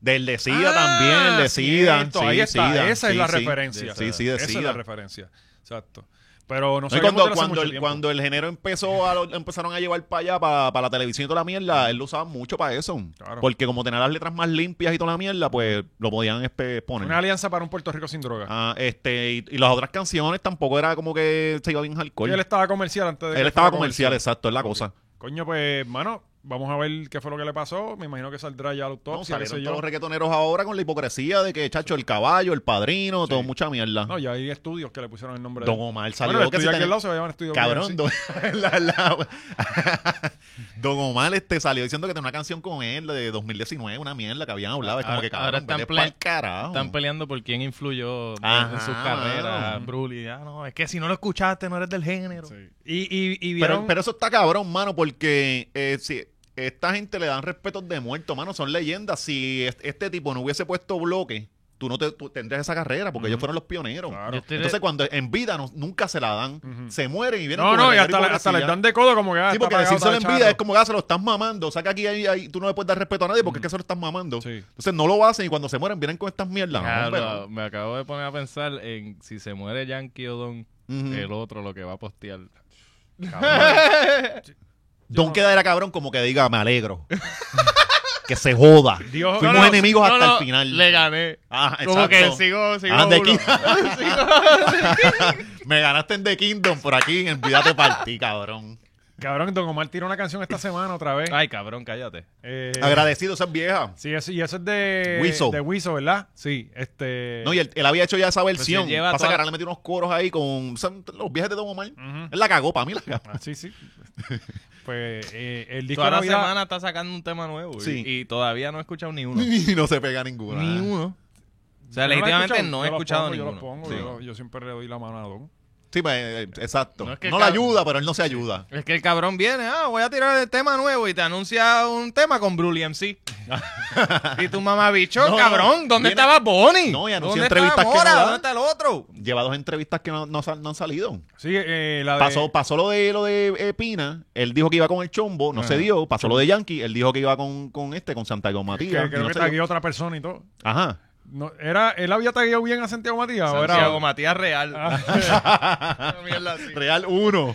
Del de SIDA Ah, también, el de SIDA. cierto, Sí, ahí está, SIDA. esa es Sí, la sí. referencia. Sí, sí, de Esa es SIDA. la referencia, exacto. Pero no No, y sé cuando, cuando, el, cuando el género empezó a lo- empezaron a llevar para allá, para, para la televisión y toda la mierda, él lo usaba mucho para eso. Claro. Porque como tenía las letras más limpias y toda la mierda, pues lo podían espe- poner. Una alianza para un Puerto Rico sin droga. Ah, este, y, y las otras canciones tampoco era como que se iba bien Y hardcore. él Él, estaba comercial antes de que estaba fuera comercial, exacto, es la Ok. cosa. Coño, pues, mano, vamos a ver qué fue lo que le pasó. Me imagino que saldrá ya la No, autopsia, qué salieron sé todos yo. los reggaetoneros ahora con la hipocresía de que, chacho, el caballo, el padrino, todo mucha mierda. No, ya hay estudios que le pusieron el nombre Don de... Omar salió Bueno, el que estudio si aquí tenía- al lado se va a llamar estudio... Cabrón, Bruli, don, la- la- Don Omar este salió diciendo que tenía una canción con él de 2019, una mierda que habían hablado. Es como Ahora- que ahora cabrón, están vete ple- pa'l carajo. Están peleando por quién influyó en- Oh. Ajá, en sus carreras. mano. Bruli, ah, no, es que si no lo escuchaste, no eres del género. sí. Y, y, y pero, vieron... pero eso está cabrón, mano, porque eh, si esta gente le dan respetos de muerto, mano, son leyendas. Si es- este tipo no hubiese puesto bloque, tú no te, tú tendrías esa carrera porque ellos fueron los pioneros. Claro. Yo estoy- Entonces, cuando en vida no- nunca se la dan, Ujú. se mueren y vienen No, con no, y reguero hasta, le- hasta hipocresía. les dan de codo como que... ah, Sí, está porque pagado, decírselo en está vida chato. es como que ah, se lo estás mamando. O sea que aquí ahí, ahí tú no le puedes dar respeto a nadie porque es que se lo estás mamando. Sí. Entonces no lo hacen y cuando se mueren vienen con estas mierdas. No, Diablo, hombre, Ah, me acabo de poner a pensar en si se muere Yankee o Don, no. Ujú. el otro lo que va a postear. Don queda era cabrón como que diga, me alegro. que se joda. Dios- Fuimos no, no, enemigos No, hasta no, el final. Le gané. Ah, Como que exacto. sigo, sigo. Ah, de uno. me ganaste en The Kingdom por aquí. En vida te partí, cabrón. Cabrón, Don Omar tiró una canción esta semana otra vez. Ay, cabrón, cállate. Eh, Agradecido, esa es vieja. Sí, eso, y eso es de Wiso. de Wiso, ¿verdad? Sí, este... No, y él, él había hecho ya esa versión. lleva Pasa toda- que ahora le metió unos coros ahí con son los viajes de Don Omar. Ujú. Él la cagó, para mí la cagó. Ah, sí, sí. Pues eh, el disco Toda la de Navidad- semana está sacando un tema nuevo y- Sí. y, todavía no he escuchado ni uno. y no se pega ninguna. ¿eh? Ni uno. O sea, Yo lo legítimamente no he yo lo escuchado pongo, yo lo ninguno. pongo, Sí. yo, lo- yo siempre le doy la mano a Don. Sí, pues, eh, exacto. No No, es que la ca- ayuda, pero él no se ayuda. Es que el cabrón viene, ah, voy a tirar el tema nuevo y te anuncia un tema con Brully MC. y tu mamá bicho, No, no, cabrón, ¿dónde viene- estaba Bonnie? No, y anunció ¿Dónde estaba entrevistas que Mora? no da. ¿Dónde está el otro? Lleva dos entrevistas que no, no sal- no han salido. Sí, eh, la de... Pasó, pasó lo de lo de eh, Pina, él dijo que iba con el chombo, no se dio. Pasó lo de Yankee, él dijo que iba con, con este, con Santiago que, Matías. creo y que no se tagueó dio. otra persona y todo. Ajá. No, era, él había tagueado bien a Santiago Matías. ¿o era- Santiago Matías Real. Una mierda así. Real 1.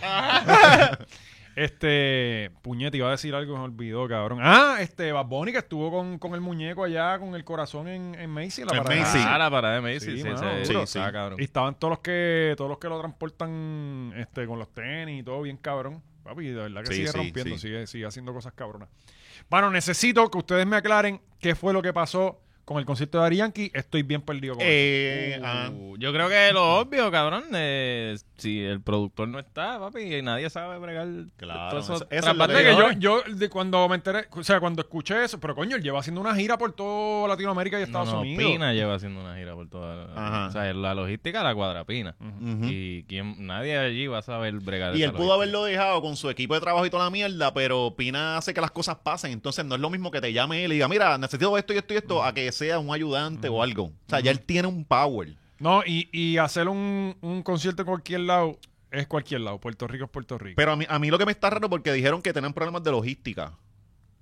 Este, puñete, iba a decir algo, me olvidó, cabrón. Ah, este, Bad Bunny que estuvo con, con el muñeco allá, con el corazón en, en Macy. La En parada. Macy's. Ah, la parada de Macy's, Sí, sí, mano, se- duro. sí, está cabrón. Y estaban todos los que, todos los que lo transportan, este, con los tenis y todo bien cabrón. Papi, de verdad que Sí, sigue sí, rompiendo, sí. Sigue, sigue haciendo cosas cabronas. Bueno, necesito que ustedes me aclaren qué fue lo que pasó con el concierto de Ari Yankee, estoy bien perdido con eso. Eh, ah, Uh, yo creo que lo obvio, cabrón, eh, si el productor no está, papi, y nadie sabe bregar Claro, todos esos eso- eso es lo Aparte que yo, transbandadores. yo de cuando me enteré, o sea, cuando escuché eso, pero coño, él lleva haciendo una gira por toda Latinoamérica y Estados no, no, Unidos. Pina lleva haciendo una gira por toda Ajá. O sea, la logística la cuadra Pina. ujú. y, Y quién, nadie allí va a saber bregar esa él pudo logística. haberlo dejado con su equipo de trabajo y toda la mierda, pero Pina hace que las cosas pasen. Entonces no es lo mismo que te llame él y diga, mira, necesito esto y esto y esto, a que sea un ayudante o algo. O sea, ya él tiene un power. No, y, y hacer un, un concierto en cualquier lado es cualquier lado. Puerto Rico es Puerto Rico. Pero a mí, a mí lo que me está raro porque dijeron que tenían problemas de logística.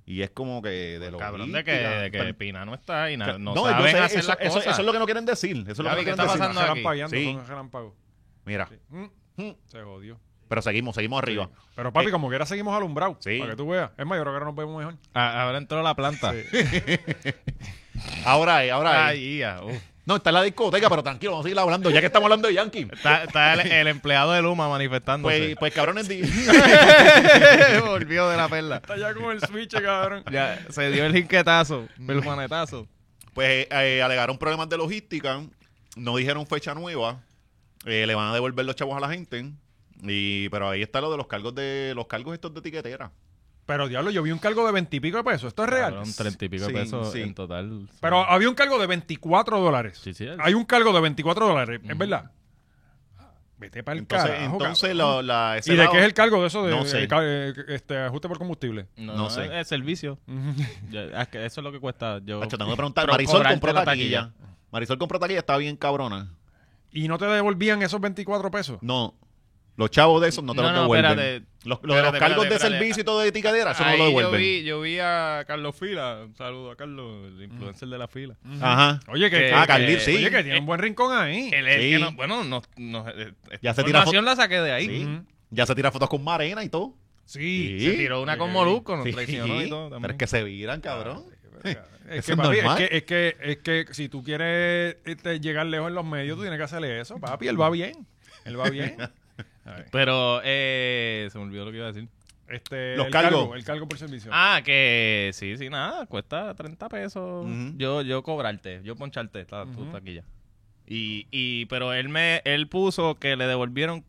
Y es como que de logística. Pues, Cabrón, de que, de que Pero- Pina no está y na- no, yo saben sé, hacer eso, las eso- cosas. eso es lo que no quieren decir. Eso es lo que no Gaby, ¿qué quieren está decir. pasando Son aquí? relampagueando, Sí. son relampagos. Mira, Sí. Mm, mm, se jodió. pero seguimos, seguimos arriba. Sí. Pero papi, Eh, como quiera seguimos alumbrados. Sí. Para que tú veas. Es mayor, ahora nos vemos mejor. Ah, ahora entró la planta. Ahora es, ahora es. Ay, ya, uh. uf. No, está en la discoteca, pero tranquilo, vamos a seguir hablando, ya que estamos hablando de Yankee. Está, está el, el empleado de Luma manifestándose. Pues, pues cabrones, di- Pues, Volvió de la perla. Está ya con el switch, eh, cabrón. Ya, se dio el jinquetazo, el manetazo. pues eh, alegaron problemas de logística, no dijeron fecha nueva, eh, le van a devolver los chavos a la gente. Y, pero ahí está lo de los cargos de los cargos estos de etiquetera. Pero diablo, yo vi un cargo de veintipico de pesos. Esto es real. Cabrón, treinta y pico Sí, pesos sí. en total. Pero había un cargo de 24 dólares. Sí, sí, el- Hay un cargo de 24 dólares, es verdad. Vete para el Entonces, carajo, entonces cabrón. lo- la, ese ¿Y de lado- qué es el cargo de eso de No sé. eh, ca- eh, este, ajuste por combustible? no, no sé. sé. Es servicio. Ya, es que eso es lo que cuesta. Yo, Nacho, tengo que preguntar. Pero Marisol cobrarte compró la taquilla. Marisol compró taquilla, está bien cabrona. ¿Y no te devolvían esos 24 pesos? No. Los chavos de esos no te No, los no, devuelven. espérate. los, lo de los cargos Espérate, espérate, de espérate. servicio y todo de etiquetera, eso no lo Ahí devuelven. Yo vi, yo vi a Carlos Fila. Un saludo a Carlos, el influencer de la fila. Ajá. Oye, que, Que- que- Ah, Carlip, sí. oye, que tiene un buen rincón ahí. Él es el Sí. que no- bueno, no, no, eh, Ya esta se tira información la saqué de ahí. Sí. Ujú. Ya se tira fotos con Marena y todo. Sí. Se tiró una con Molusco, nos Sí. traicionó y todo. Pero es también. Ah, que se viran, cabrón. Ah, Es Eso que, es papi, es, normal. que, es, que, es que si tú quieres este, llegar lejos en los medios, tú tienes que hacerle eso, papi. Él va bien. Él va bien. A ver, Pero eh, se me olvidó lo que iba a decir. Este, Los el cargos. cargo. El cargo por servicio. Ah, que sí, sí, nada, cuesta 30 pesos. Ujú. Yo yo cobrarte, yo poncharte esta tu Ujú. taquilla. Y, y pero él me él puso que le devolvieron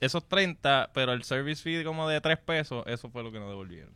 esos 30, pero el service fee como de 3 pesos, eso fue lo que no devolvieron.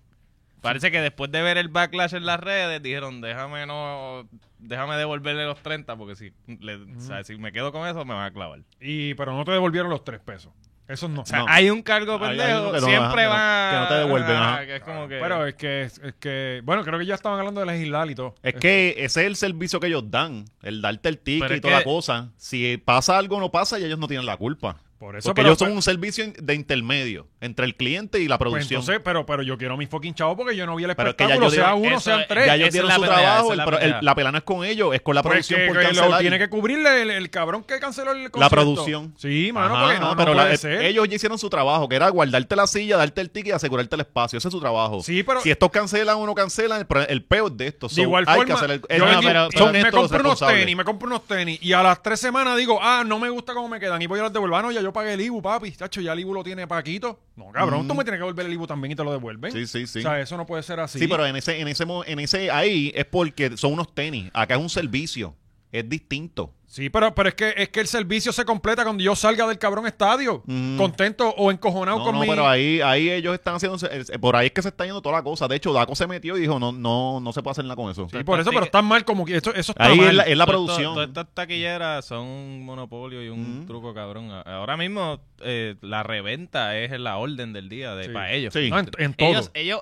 Parece que después de ver el backlash en las redes dijeron, "Déjame no déjame devolverle los 30 porque si le- o sea, si me quedo con eso me van a clavar." Y, pero no te devolvieron los tres pesos. Esos no. O sea, No. hay un cargo Hay pendejo, algo que no, siempre ajá, que no- va que no te devuelven, ajá, ajá. que es como que Pero es que, es que, bueno, creo que ya estaban hablando de legislar y todo. Es que ese es el servicio que ellos dan, el darte el ticket Pero y es toda la que- cosa. Si pasa algo o no pasa, ya ellos no tienen la culpa. Por eso, porque pero- ellos son un servicio in- de intermedio entre el cliente y la Pues producción. entonces, pero, pero yo quiero mis fucking chavos porque yo no vi el Pero es que ya espectáculo, yo sea digo, uno, eso sean es- tres. ya ellos esa dieron es la su pelea, trabajo, esa es la el pro- el- pelea. la pelea no es con ellos, es con la Pues producción que, por que lo cancelar. tiene que cubrirle el, el cabrón que canceló el concierto. producción. Sí, mano, Ajá, porque no, no, no pero la- puede eh, ser. ellos ya hicieron su trabajo, que era guardarte la silla, darte el ticket y asegurarte el espacio. Ese es su trabajo. Sí, pero- si estos cancelan o no cancelan, el, pro- el peor de estos. de igual hay forma, que hacer el, el- yo, no, digo, pero yo son me estos los compro unos responsables. tenis, me compro unos tenis y a las tres semanas digo, ah, no me gusta cómo me quedan y voy a las devuelvo. Ah, no, ya yo pagué el IBU, papi. Chacho, ya el IBU lo tiene Paquito. No, cabrón, tú me tienes que devolver el IBU también y te lo devuelven. Mm. Sí, sí, sí. O sea, eso no puede ser así. Sí, pero en ese, en ese, mo- en ese, ahí es porque son unos tenis. Acá es un servicio. Es distinto. Sí, pero, pero es, que, es que el servicio se completa cuando yo salga del cabrón estadio, Mm. contento o encojonado No, con no, mi- pero ahí, ahí ellos están haciendo, eh, por ahí es que se está yendo toda la cosa. De hecho, Daco se metió y dijo, no, no, no se puede hacer nada con eso. Sí, por eso, pero está mal como que eso, eso está Ahí mal. es la, es la Todo esto- producción. Todas estas taquilleras son un monopolio y un Ujú. truco cabrón. A- Ahora mismo eh, la reventa es la orden del día de Sí. para ellos. Sí. No, en, en todo. Ellos, ellos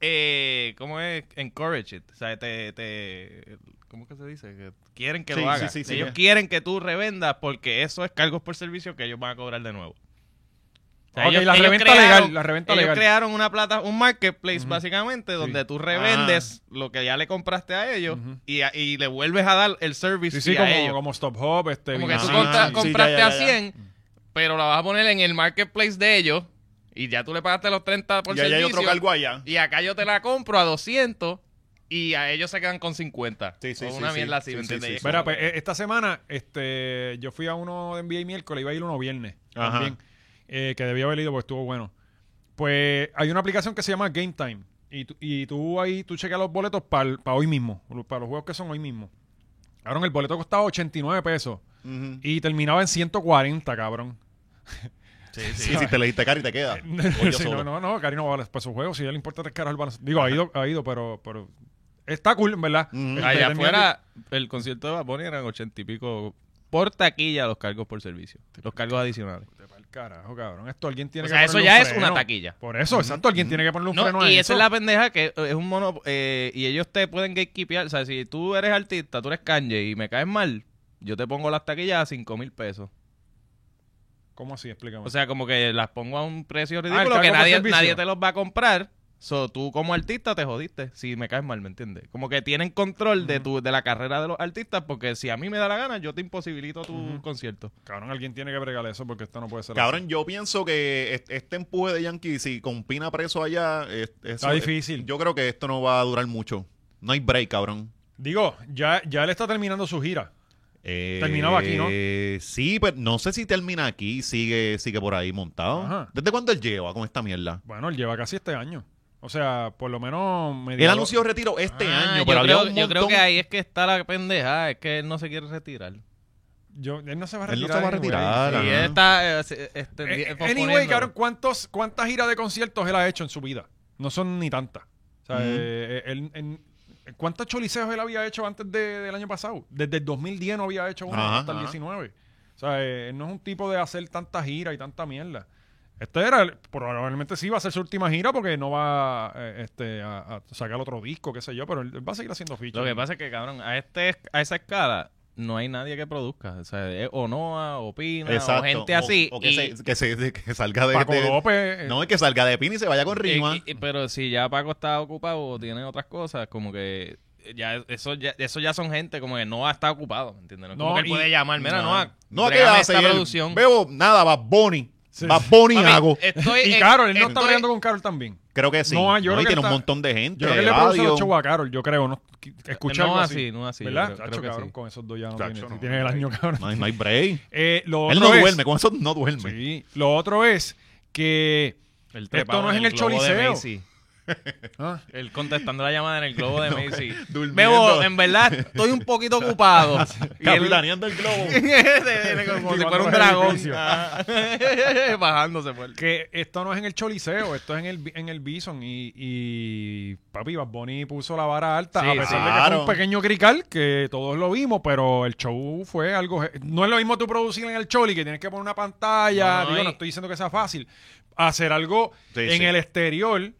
eh, ¿cómo es? Encourage it. O sea, te, te- ¿cómo es que se dice? Que quieren que Sí, lo sí, hagas. sí, sí, ellos ya. quieren que tú revendas porque eso es cargos por servicio que ellos van a cobrar de nuevo. O sea, Ok, la reventa legal, la reventa ellos legal. crearon una plata, un marketplace básicamente donde tú revendes Ah. lo que ya le compraste a ellos Ujú. y, a- y le vuelves a dar el sí, service sí, fee a como, ellos. como Stop Hop, este... Como que Vina- tú Ah, contra- sí, ya, compraste ya, a ya. 100, pero la vas a poner en el marketplace de ellos y ya tú le pagaste los 30 por y ahí hay servicio, otro cargo allá. Y acá yo te la compro a 200 y a ellos se quedan con 50. Sí, sí, O sí, una sí. mierda así, Sí, ¿me sí, entiendes? sí, Y es sí. como Mira, pues que- eh, esta semana este, yo fui a uno de NBA miércoles, iba a ir uno viernes Ajá. Pues, también, eh, que debía haber ido porque estuvo bueno. Pues hay una aplicación que se llama Game Time, Y tú, y tú ahí, tú checas los boletos para hoy mismo, para los juegos que son hoy mismo. Cabrón, el boleto costaba 89 pesos Ujú. y terminaba en 140, cabrón. Sí, sí, si te leíste cara y te queda. O yo Sí, solo. no, no, no, Cari no vale para esos juegos. Si ya le importa tres caras el baloncesto. Digo, ha ido, ha ido, pero, pero está cool, en verdad. Ujú. Este, Allá termina- afuera, el concierto de Bad Bunny eran ochenta y pico por taquilla los cargos por servicio. Los cargos adicionales. Vete pa'l carajo, cabrón. Esto alguien tiene O que sea, eso ponerle ya un es freno. una taquilla. Por eso, exacto, alguien tiene que ponerle un freno No, a y eso. esa es la pendeja que eh, es un mono. eh, y ellos te pueden gatekeepear. O sea, si tú eres artista, tú eres Kanye y me caes mal, yo te pongo las taquillas a cinco mil pesos. ¿Cómo así? Explícame. O sea, como que las pongo a un Ah, precio el ridículo que cargo por nadie, servicio. nadie te los va a comprar. So, tú como artista te jodiste si me caes mal, ¿me entiendes? Como que tienen control de tu de la carrera de los artistas porque si a mí me da la gana, yo te imposibilito tu concierto. cabrón, alguien tiene que bregar eso porque esto no puede ser Cabrón, yo pienso que est- este empuje de Yankee, si compina preso allá, es- eso- Está difícil. Yo creo que esto no va a durar mucho. No hay break, cabrón. así. Digo, ya, ya él está terminando su gira. Eh, Terminaba aquí, ¿no? Sí, pero no sé si termina aquí, sigue, sigue por ahí montado. Ajá. ¿Desde cuándo él lleva con esta mierda? Bueno, él lleva casi este año. O sea, por lo menos... Él medio- anunció retiro este Ah, año, yo pero había creo, un yo creo montón- que ahí es que está la pendeja, es que él no se quiere retirar. Yo- él no se va a Él no retirar. se va a anyway. retirar, Sí, ajá. Y él- él está eh, se- este, Eh, eh, posponiéndolo. anyway, cabrón, ¿cuántos, ¿cuántas giras de conciertos él ha hecho en su vida? No son ni tantas. O sea, Ujú. eh, él- en- ¿cuántos choliseos él había hecho antes de- del año pasado? Desde el 2010 no había hecho uno Ajá, hasta el ajá. 19. O sea, eh, él no es un tipo de hacer tanta gira y tanta mierda. Este era, el- probablemente sí va a ser su última gira porque no va eh, este, a, a sacar otro disco, qué sé yo, pero él, él va a seguir haciendo fichas. Lo que pasa es que, cabrón, a este a esa escala no hay nadie que produzca. O sea, es Onoa, Opina, o Exacto. gente O- así. o que, y- se, que se- que salga de, Paco de- López. eh, No, es que salga de Pini y se vaya con Rima. Eh, y- y- pero si ya Paco está ocupado o tiene otras cosas, como que eh, ya eso ya, eso ya son gente como que no está ocupado, ¿me entiendes? No, es No, como que él y- puede llamar, mira, Noah, no, ¿qué brégame hace esta él? producción. Veo nada, Bad Bunny. Sí. Bad Bunny Papi, hago. estoy- y eh, Carol, él no está estoy- peleando con Carol también. Creo que sí. No, yo creo y que tiene está- un montón de gente. Yo creo que le produce Eladio. los shows a Carol, yo creo, ¿no? Escucha No algo así, no así, ¿Verdad? yo creo- Chacho, creo que cabrón, sí. con esos dos ya no Chacho, tiene. no. si tienes el año, cabrón. No hay, no hay break. Eh, lo Él otro no es- duerme, con eso no duerme. Sí, lo otro es que. El Esto no es en el globo de Choliseo. Macy. Ah. Él contestando la llamada en el globo de Macy. durmiendo. Bebo, en verdad estoy un poquito ocupado. Y él- Capitaneando el globo. como si fuera un dragón. edificio. Ah. Bajándose por el... Que esto no es en el Choliseo, esto es en el, en el Bison. Y, y papi, Bad Bunny puso la vara alta, Sí, a pesar de que fue claro. un pequeño crical, que todos lo vimos, pero el show fue algo. ge- No es lo mismo tú producir en el Choli, que tienes que poner una pantalla. No, no, digo, y- no estoy diciendo que sea fácil. Hacer algo Sí, en sí. el exterior.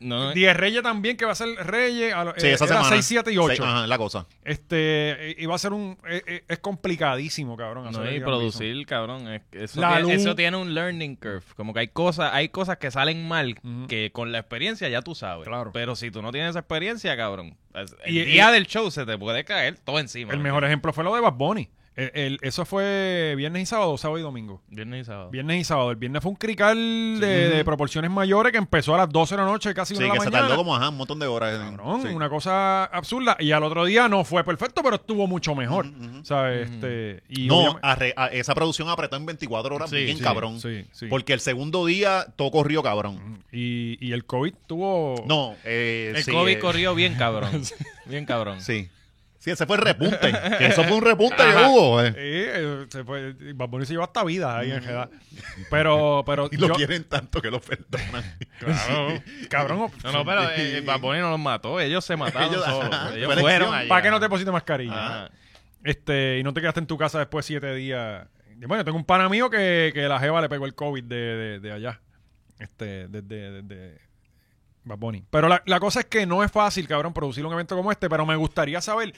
No, Diez Reyes también, que va a ser Reyes a lo- Sí, eh, esa era semana. 6, 7 y 8. Sí, ajá, la cosa. Este, eh, y va a ser un. eh, eh, es complicadísimo, cabrón. hacer no, el y Gran producir, cabrón. es- Eso, La tiene, luz. eso tiene un learning curve. Como que hay cosas, hay cosas que salen mal Ujú. que con la experiencia ya tú sabes. Claro. Pero si tú no tienes esa experiencia, cabrón, es- el Y- día y- del show se te puede caer todo encima. Bison. El mejor ejemplo fue lo de Bad Bunny. El- el- eso fue viernes y sábado, sábado y domingo. Viernes y sábado. Viernes y sábado. El viernes fue un crical de, de proporciones mayores que empezó a las 12 de la noche, casi Sí, una de que la se mañana. tardó como ajá, un montón de horas. en- Cabrón, sí. una cosa absurda. Y al otro día no fue perfecto, pero estuvo mucho mejor. ¿Sabes? Este, y No, obviamente- arre- a- esa producción apretó en 24 horas Sí, bien, sí, cabrón. sí, sí. Porque el segundo día todo corrió, cabrón. y, y el COVID tuvo. No, eh, Mm, El sí, COVID eh, corrió bien, cabrón. bien, cabrón. Sí. Sí, ese fue el repunte. que eso fue un repunte Ajá. que hubo. eh. Eh, eh, se fue, Bad Bunny se llevó hasta vida ahí en Jeddah. Pero, pero. Y lo yo- quieren tanto que lo perdonan. Claro. Cabrón, No, no, pero eh, eh, Bad Bunny no los mató. Ellos se mataron Ellos- solos. ajá, Ellos fue elección. fueron allá. ¿para qué no te pusiste mascarilla? Ah. Ajá. Este, y no te quedaste en tu casa después de siete días. Y Bueno, tengo un pana mío que, que la jeva le pegó el COVID de, de- de allá. Este, desde. desde Bad Bunny. Pero la, la cosa es que no es fácil, cabrón, producir un evento como este, pero me gustaría saber.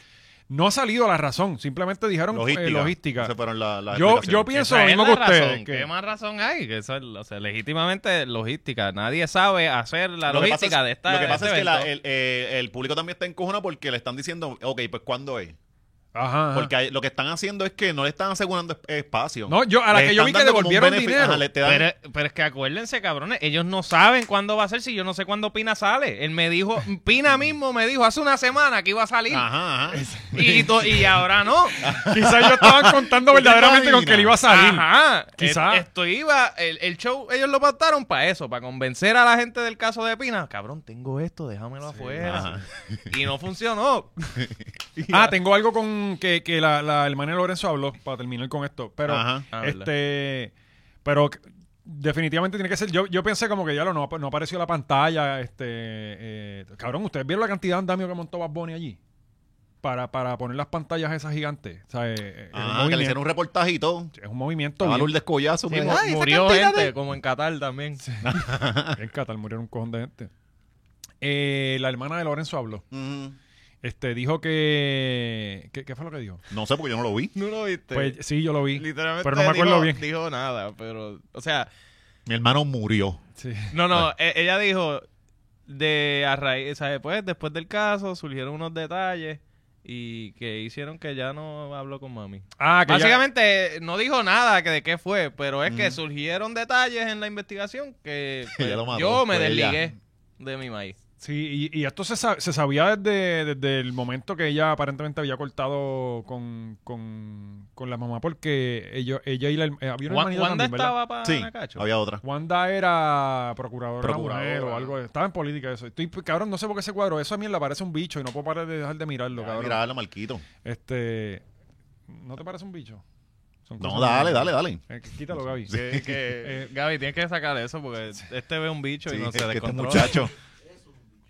No ha salido la razón, simplemente dijeron eh, logística. Esas fueron la- las Yo- explicaciones. yo pienso Esa lo es mismo la que ustedes, razón. que- ¿Qué más razón hay? Que eso, es, o sea, legítimamente logística. Nadie sabe hacer la Lo que pasa logística es- de esta. Lo que de pasa este es que la- evento. el, eh, el público también está encojona porque le están diciendo, ok, pues ¿cuándo es? Ajá. ajá. Porque hay- lo que están haciendo es que no le están asegurando esp- espacio. No, yo- a la Le que yo están vi que dando como un devolvieron benefi- dinero. Ajá, le te dan- Pero, pero es que acuérdense, cabrones, ellos no saben cuándo va a ser si yo no sé cuándo Pina sale. Él me dijo, Pina mismo me dijo hace una semana que iba a salir. Ajá, ajá. Y, to- y ahora no. Quizás ellos estaban contando ¿Usted verdaderamente con imagina? que le iba a salir. Ajá. Quizá. El- esto iba, el, el show, ellos lo pactaron para eso, para convencer a la gente del caso de Pina. Cabrón, tengo esto, déjamelo afuera. Ajá. Y no funcionó. Ah, tengo algo con que, que la, la hermana de Lorenzo habló para terminar con esto. Pero, Ajá. Ah, verdad. este, pero c- definitivamente tiene que ser. Yo, yo pensé como que ya lo, no, ap- no apareció la pantalla. Este, eh, cabrón, ¿ustedes vieron la cantidad de andamio que montó Bad Bunny allí? Para, para poner las pantallas esas gigantes. O sea, eh, eh, es, un Ajá, Ah, que le movimiento- hicieron un reportaje y todo. es un movimiento Estaba bien, Lourdes Collazo. pues, Sí, mismo. mu- Ay, esa murió cantidad gente, de- como en Qatar también. en Qatar murieron un cojón de gente. Eh, la hermana de Lorenzo habló. Mm, Este, dijo que, que- ¿Qué fue lo que dijo? No sé, porque yo no lo vi. No lo Este, viste. Pues sí, yo lo vi. Literalmente pero no me acuerdo dijo- bien. dijo nada, pero, o sea, Mi hermano murió. Sí. No, no, e- ella dijo de a raíz, o sea, después, después del caso surgieron unos detalles y que hicieron que ya no habló con mami. Ah, que ya- Básicamente no dijo nada que de qué fue, pero es que Ujú. surgieron detalles en la investigación que Que ya pues, lo mató, yo me fue ella. desligué de mi maíz. Sí, y, y esto se, sa- se sabía desde, desde el momento que ella aparentemente había cortado con, con, con la mamá porque ello- ella y la herma- eh, había una Juan- hermanita Wanda también, ¿verdad? estaba para Sí, Nacacho. había otra. Wanda era procuradora, Procuradora. mujer o algo, estaba en política eso. Estoy, pues, cabrón, no sé por qué ese cuadro, eso a mí le parece un bicho y no puedo parar de dejar de mirarlo, Ay, cabrón. Mira, dale, Marquito. Este, ¿no te parece un bicho? Son No, cosas dale, mías. dale, dale. Eh, quítalo, Gaby. Que- que- Gaby, tienes que sacar eso porque este ve un bicho Sí, y no es se que este descontrola. muchacho.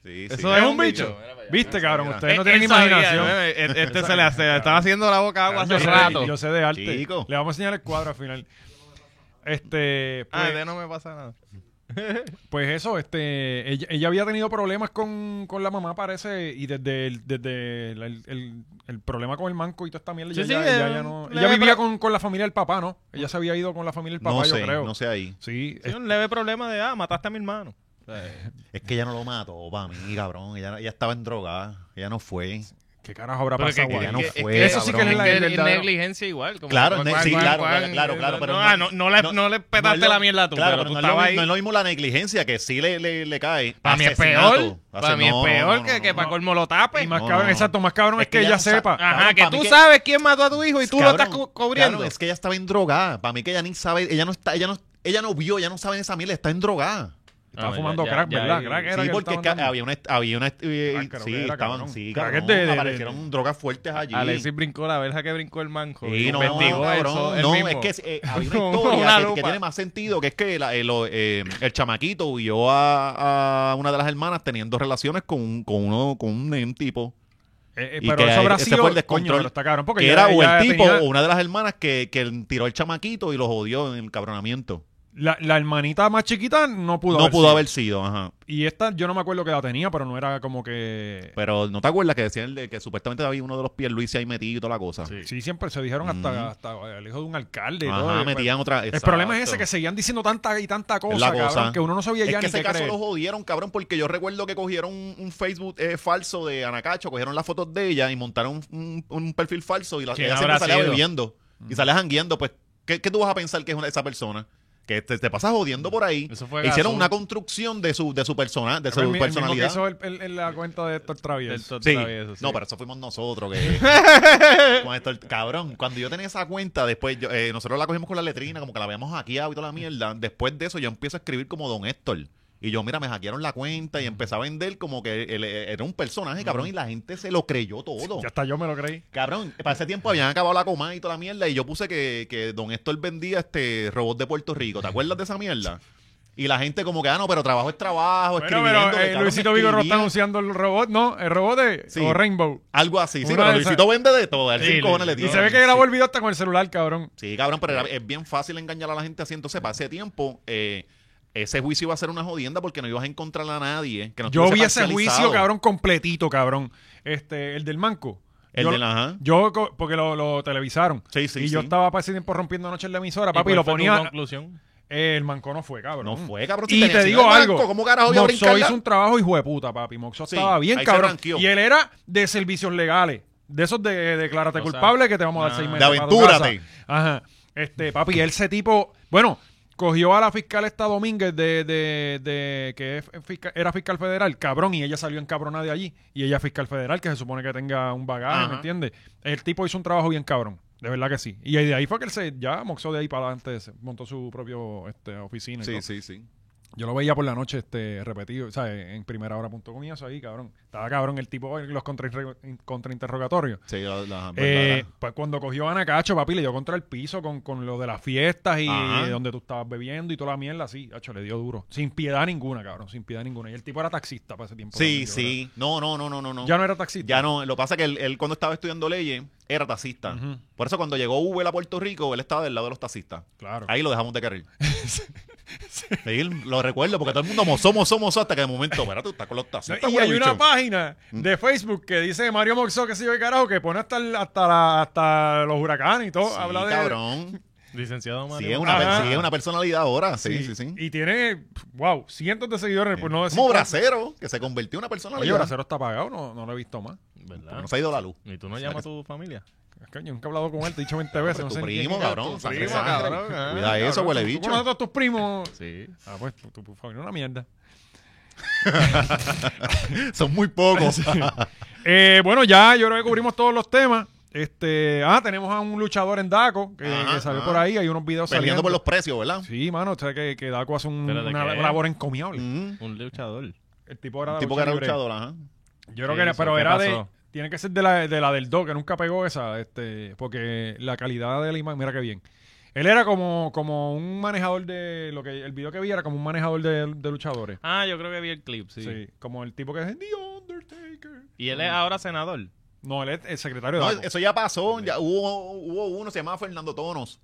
Sí, sí. Eso Es un bicho. Viste, cabrón, Mira. Eh, ustedes no Él- tienen él sabía, imaginación. ¿eh? Este, se le hace, estaba haciendo la boca agua hace Yo sé- rato. Yo sé de arte. Chico. Le vamos a enseñar el cuadro al final. Este, Ah, pues, de no me pasa nada. pues eso, este, ella, ella había tenido problemas con, con la mamá, parece, y desde el, desde el, el- el- el problema con el manco y toda esta mierda, Sí, ella, sí, ya- eh, ya- ya no- le ella había vivía pro- con, con la familia del papá, ¿no? Ella se había ido con la familia del papá, No yo sé, creo. no sé ahí. Sí, Sí, es- un leve problema de, ah, mataste a mi hermano. Es que ella no lo mató, para mí, cabrón. Ella, ella estaba en droga. Ella no fue. ¿qué carajo habrá Pero pasado que- que- ahí? no es fue, eso sí que es la- el verdadero- negligencia igual. como Claro, que- ne- cuán, sí, cuán, claro, cuán, claro, claro, pero no, no- ah, no, no le, no- no le No petaste es lo- la mierda tú, Claro, pero tú no, es lo, estabas mi- ahí. no es lo mismo la negligencia que sí le, le, le cae. para mí es peor. Asesinato. Para mí es No, peor no, que, no, que no. para colmo lo tapes. Y más No, cabrón, no. exacto, más cabrón es, Es que que ella ella no sepa. sa- Ajá, cabrón, que para tú mí que- sabes quién mató a tu hijo y tú lo Cabrón, estás cu- cubriendo. cabrón, es que ella estaba en drogada. Para mí que ella ni sabe, ella no está, ella no, ella no vio, ella no sabe esa mierda, está en drogada. Estaba Ah, fumando ya, ya, crack, ya, ¿verdad? ya. crack era Sí, que porque estaban es que dando. había una, había una, eh, Ah, creo sí, que era, estaban, cabrón. sí, Creo que es cabrón, de- de- de- aparecieron drogas fuertes allí. Alexis brincó la verja que brincó el manco. Sí, y no, investigó cabrón, eso él no, mismo. es que eh, había una Con historia una que- que, lupa. tiene más sentido, que es que la- eh, lo- eh, el chamaquito vio a, a una de las hermanas teniendo relaciones con, un- con uno, con un, un tipo. Eh, eh, y pero que eso habrá ese sido. fue el descontrol. coño, pero está cabrón, porque que ella- era o ella el tipo tenía- o una de las hermanas que, que tiró el chamaquito y lo jodió en el cabronamiento. La, la hermanita más chiquita no pudo no haber pudo sido. haber sido, ajá. Y esta, yo no me acuerdo que la tenía, pero no era como que. Pero ¿no te acuerdas que decían el de que supuestamente había uno de los pies Luis ahí metido y toda la cosa? Sí, siempre se dijeron hasta, Mm. hasta el hijo de un alcalde. y todo, Pues, Ajá, y pues- metían otra. el problema es ese que seguían diciendo tanta y tanta cosa, la cabrón, cosa. que uno no sabía Es ya que ni qué ese caso creer. lo jodieron, cabrón, porque yo recuerdo que cogieron un, un Facebook eh, falso de Anacacho, cogieron las fotos de ella y montaron un, un- un perfil falso y la, ¿Quién ella siempre habrá salía sido? Mm. bebiendo y salía jangueando. Pues, ¿qué, qué tú vas a pensar que es una, esa persona? Que te, te pasas jodiendo por ahí. Eso fue Hicieron Gazú. una construcción de su, de su, persona, de El- su el mismo que personalidad. hizo el- el- el- la cuenta de Héctor Del Travies. todo Sí. travieso, sí. No, pero eso fuimos nosotros que con esto, el- cabrón, cuando yo tenía esa cuenta, después yo, eh, nosotros la cogimos con la letrina, como que la habíamos hackeado y toda la mierda. Después de eso yo empiezo a escribir como Don Héctor. Y yo, mira, me hackearon la cuenta y empecé a vender como que él, eh, era un personaje, cabrón, y la gente se lo creyó todo. Ya hasta yo me lo creí. Cabrón, para ese tiempo habían acabado la coma y toda la mierda. Y yo puse que, que Don Héctor vendía este robot de Puerto Rico. ¿Te acuerdas de esa mierda? Y la gente como que, ah, no, pero trabajo es trabajo, Bueno, escribiendo, pero que, eh, cabrón, Luisito Vigorro está escribía. anunciando el robot, ¿no? El robot de Sí. o Rainbow. Algo así, sí, Una pero de esas- Luisito vende de todo. Él Sí, sin cojones le Y tiene. se ve que grabó el video hasta con el celular, cabrón. Sí, cabrón, pero era- es bien fácil engañar a la gente así. Entonces, para ese tiempo, eh, ese juicio iba a ser una jodienda porque no ibas a encontrar a nadie. Que no Yo vi estuviese ese juicio, parcializado. cabrón, completito, cabrón. Este, el del manco. El Yo- de la. ajá. Yo, co- porque lo, lo televisaron. Sí, sí, y yo sí. pues estaba para ese tiempo rompiendo noche en la emisora, papi, ¿Y y lo cuál fue tu ponía. conclusión? Eh, el manco no fue, cabrón. No fue, cabrón. si Y tenía- te si digo era algo. blanco, ¿Cómo carajo yo Moxo brincarla? hizo un trabajo hijo de puta, papi. Moxo Sí, estaba bien, ahí se cabrón. ranqueó. Y él era de servicios legales. de esos de, declárate Lo culpable que te vamos a dar Ah. seis De meses. para tu aventúrate. casa. Ajá. Este, papi, ese tipo, bueno, cogió a la fiscal esta Domínguez de, de, de que es fiscal- era fiscal federal, cabrón, y ella salió encabronada de allí. Y ella es fiscal federal, que se supone que tenga un bagaje, Ajá. ¿me entiendes? El tipo hizo un trabajo bien cabrón. De verdad que sí. Y de ahí fue que él se ya moxó de ahí para adelante, se montó su propio este, oficina. y todo. Sí, sí, sí. Yo lo veía por la noche este, repetido, o sea, en primerahora.com y eso ahí, cabrón. Estaba cabrón el tipo en los contrainterro- contrainterrogatorios. Sí, la- la- Eh, verdad. pues cuando cogió a Ana Cacho, papi, le dio contra el piso con, con lo de las fiestas y Ajá. donde tú estabas bebiendo y toda la mierda, así. Hacho, le dio duro. Sin piedad ninguna, cabrón, sin piedad ninguna. Y el tipo era taxista para ese tiempo. Sí, también, yo sí. No, no, no, no, no. no. creo. Ya no era taxista. Ya no, lo que pasa es que él, él cuando estaba estudiando leyes era taxista. Ujú. Por eso cuando llegó Uber a Puerto Rico, él estaba del lado de los taxistas. Claro. Ahí lo dejamos de carril. Sí, lo recuerdo porque todo el mundo mozó, mozó, mozó hasta que de momento, espérate, tú estás con los No, taxistas. y huele hay una bicho". Mm. página de Facebook que dice Mario Moxó, que se yo de carajo, que pone hasta, el- hasta, la- hasta los huracanes y todo. Sí, habla de, cabrón. Licenciado Mario. Sí, es una, Ajá. per- sí, es una personalidad ahora. Sí, sí, sí. Y tiene, wow, cientos de seguidores, por no decir. Como cuántos. Bracero, que se convirtió en una personalidad. Oye, Bracero está apagado, no, no lo he visto más. Porque ¿Verdad? no se ha ido la luz. ¿Y tú no llamas a tu familia? Coño, nunca he hablado con él, te he dicho 20 veces. no Pero tu sé ni quién primo, es. cabrón. Tu sangre, primo, sangre. cabrón, ah, Cuida cabrón. eso, huele Tú bicho. conoces a todos tus primos. Sí. Ah, pues tu, tu, tu familia es una mierda. Son muy pocos. Eh, bueno, ya yo creo que cubrimos todos los temas. Este, ah, tenemos a un luchador en Daco que, Ajá, que salió ajá. por ahí. Hay unos videos Peleando saliendo. por los precios, ¿verdad? Sí, mano, o sea que, que Daco hace un- Espérate, una, ¿qué? una labor encomiable. Mm. Un luchador. El tipo era Un de tipo que lucha era libre. luchador, ajá. Yo creo Sí, que era, eso, pero ¿qué era de. pasó? Tiene que ser de la, de la del Do, que nunca pegó esa, este, porque la calidad de la imagen, mira qué bien. Él era como, como un manejador de. lo que El video que vi era como un manejador de, de luchadores. Ah, yo creo que vi el clip, sí. Sí. Como el tipo que es The Undertaker. Y él es ahora senador. No, él es el secretario de No, Daco. eso ya pasó. Ya hubo, hubo uno, se llamaba Fernando Tonos.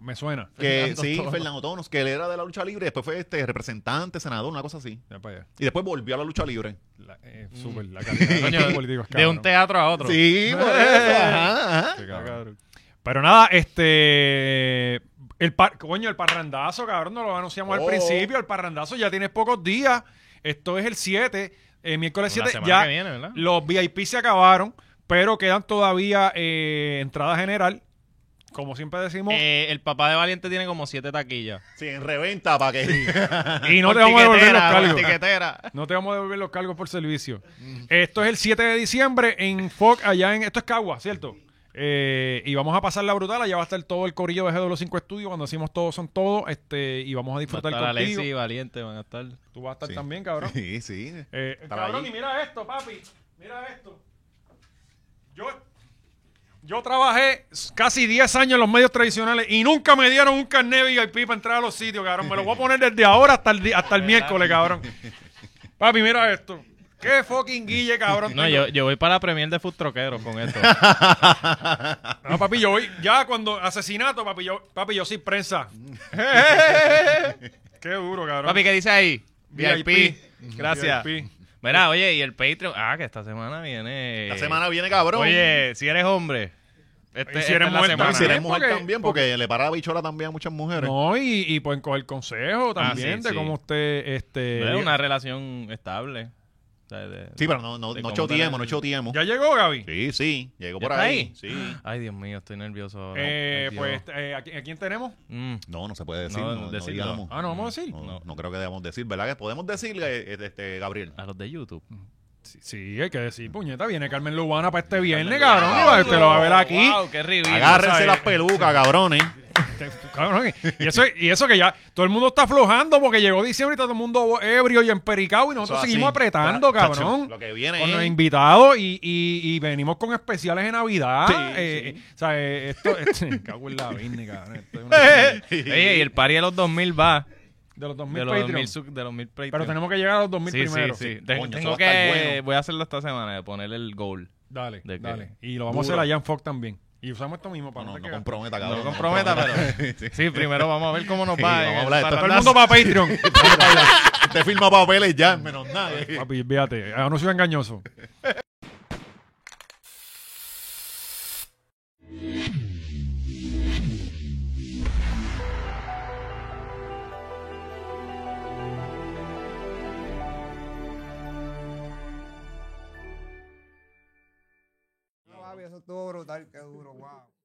Me suena. Que, Fernando sí, Tonos. Fernando Tonos, que él era de la lucha libre. Después fue este representante, senador, una cosa así. Ya para allá. Y después volvió a la lucha libre. La- eh, Súper, la calidad de Mm. Coño, los políticos, de cabrón. un teatro a otro. Sí, por eso, ajá, ajá. Sí, cabrón. Pero nada, este. El par- coño, el parrandazo, cabrón, no lo anunciamos Oh. al principio. El parrandazo ya tienes pocos días. Esto es el 7, eh, miércoles La 7. semana Ya que viene, ¿verdad? los VIP se acabaron, pero quedan todavía eh, entrada general. Como siempre decimos. Eh, el papá de Valiente tiene como siete taquillas. Sí, en reventa para que. y no Por te vamos a devolver los tiquetera, por cargos. tiquetera. No te vamos a devolver los cargos por servicio. Esto es el 7 de diciembre en Fox, allá en. Esto es Cagua, ¿cierto? Eh, y vamos a pasar la brutal. Allá va a estar todo el corillo de GW5 Studio. Cuando decimos todos son todos. Este, y vamos a Va a disfrutar estar contigo. Alexis y Valiente van a estar. Tú vas a estar Sí. también, cabrón. Sí, sí. Eh, Estaba cabrón, allí. y mira esto, papi. Mira esto. Yo, yo trabajé casi 10 años en los medios tradicionales y nunca me dieron un carnet VIP para entrar a los sitios, cabrón. Me lo voy a poner desde ahora hasta el, di- hasta el miércoles, cabrón. Papi, mira esto. Qué fucking guille, cabrón. No, tengo. yo, yo voy para la premier de Food Troqueros con esto. No, papi, yo voy. Ya cuando asesinato, papi, yo, papi, yo soy prensa. Qué duro, cabrón. Papi, ¿qué dice ahí? VIP. VIP. Gracias. VIP. Mira, oye, y el Patreon. Ah, que esta semana viene. La semana viene, cabrón. Oye, si eres hombre. Este, Y si esta eres es la mujer No, y semana. si eres Porque- mujer también, porque, le para la bichola también a muchas mujeres. No, y, y pueden coger Ah, consejo también sí, de sí. cómo usted. Este, No es Eh, una relación estable. O sea, de- Sí, pero no, no, De no cómo choteemos, tener- no choteemos. Ya llegó, Gaby. Sí, sí, llegó ¿Ya por está ahí. ahí? Sí. Ay, Dios mío, estoy nervioso. ahora. Eh, Ay, Dios. pues, eh, ¿a, qui- a quién tenemos? Mm. No, no se puede decir, No, no, no decirlo. digamos. Ah, no, vamos a decir. No, no creo que debamos decir, ¿verdad? Que podemos decirle, eh, este, Gabriel. A los de YouTube. Sí, sí, hay que decir, puñeta, viene Carmen Lubana para este viernes, Carmen cabrón. Lubana. Usted lo va a ver aquí. Wow, qué reveal. Agárrense sabes. las pelucas, cabrones. Cabrón, y eso, y eso que ya todo el mundo está aflojando porque llegó diciembre y está todo el mundo ebrio y empericado y nosotros Eso así. seguimos apretando, Chacho, cabrón. Lo que viene Con los es... invitados y, y, y venimos con especiales de Navidad. Sí, eh, sí. eh, o sea, eh, esto, este, cago en la vaina, cabrón. Esto es una- Oye, y el party de los 2000 va. de los 2000 De los Patreon. 2000, sub- de los 1000 Patreon. Pero tenemos que llegar a los 2000 sí, primero. Sí, sí. Te- Coño, eso va tengo a que. estar bueno. Voy a hacerlo esta semana, de ponerle el goal. Dale, ¿De qué? dale. Y lo vamos a hacer allá en Fox también. Y usamos esto mismo para no, No, no, te no quedas. comprometa, No cabrón. comprometa, pero. Sí. Sí, primero vamos a ver cómo nos Sí, va. vamos en a hablar Todo de parrandazo. el mundo para Patreon. Te firma papeles ya, menos nada. Papi, fíjate, anuncio engañoso. brutal, qué duro, wow.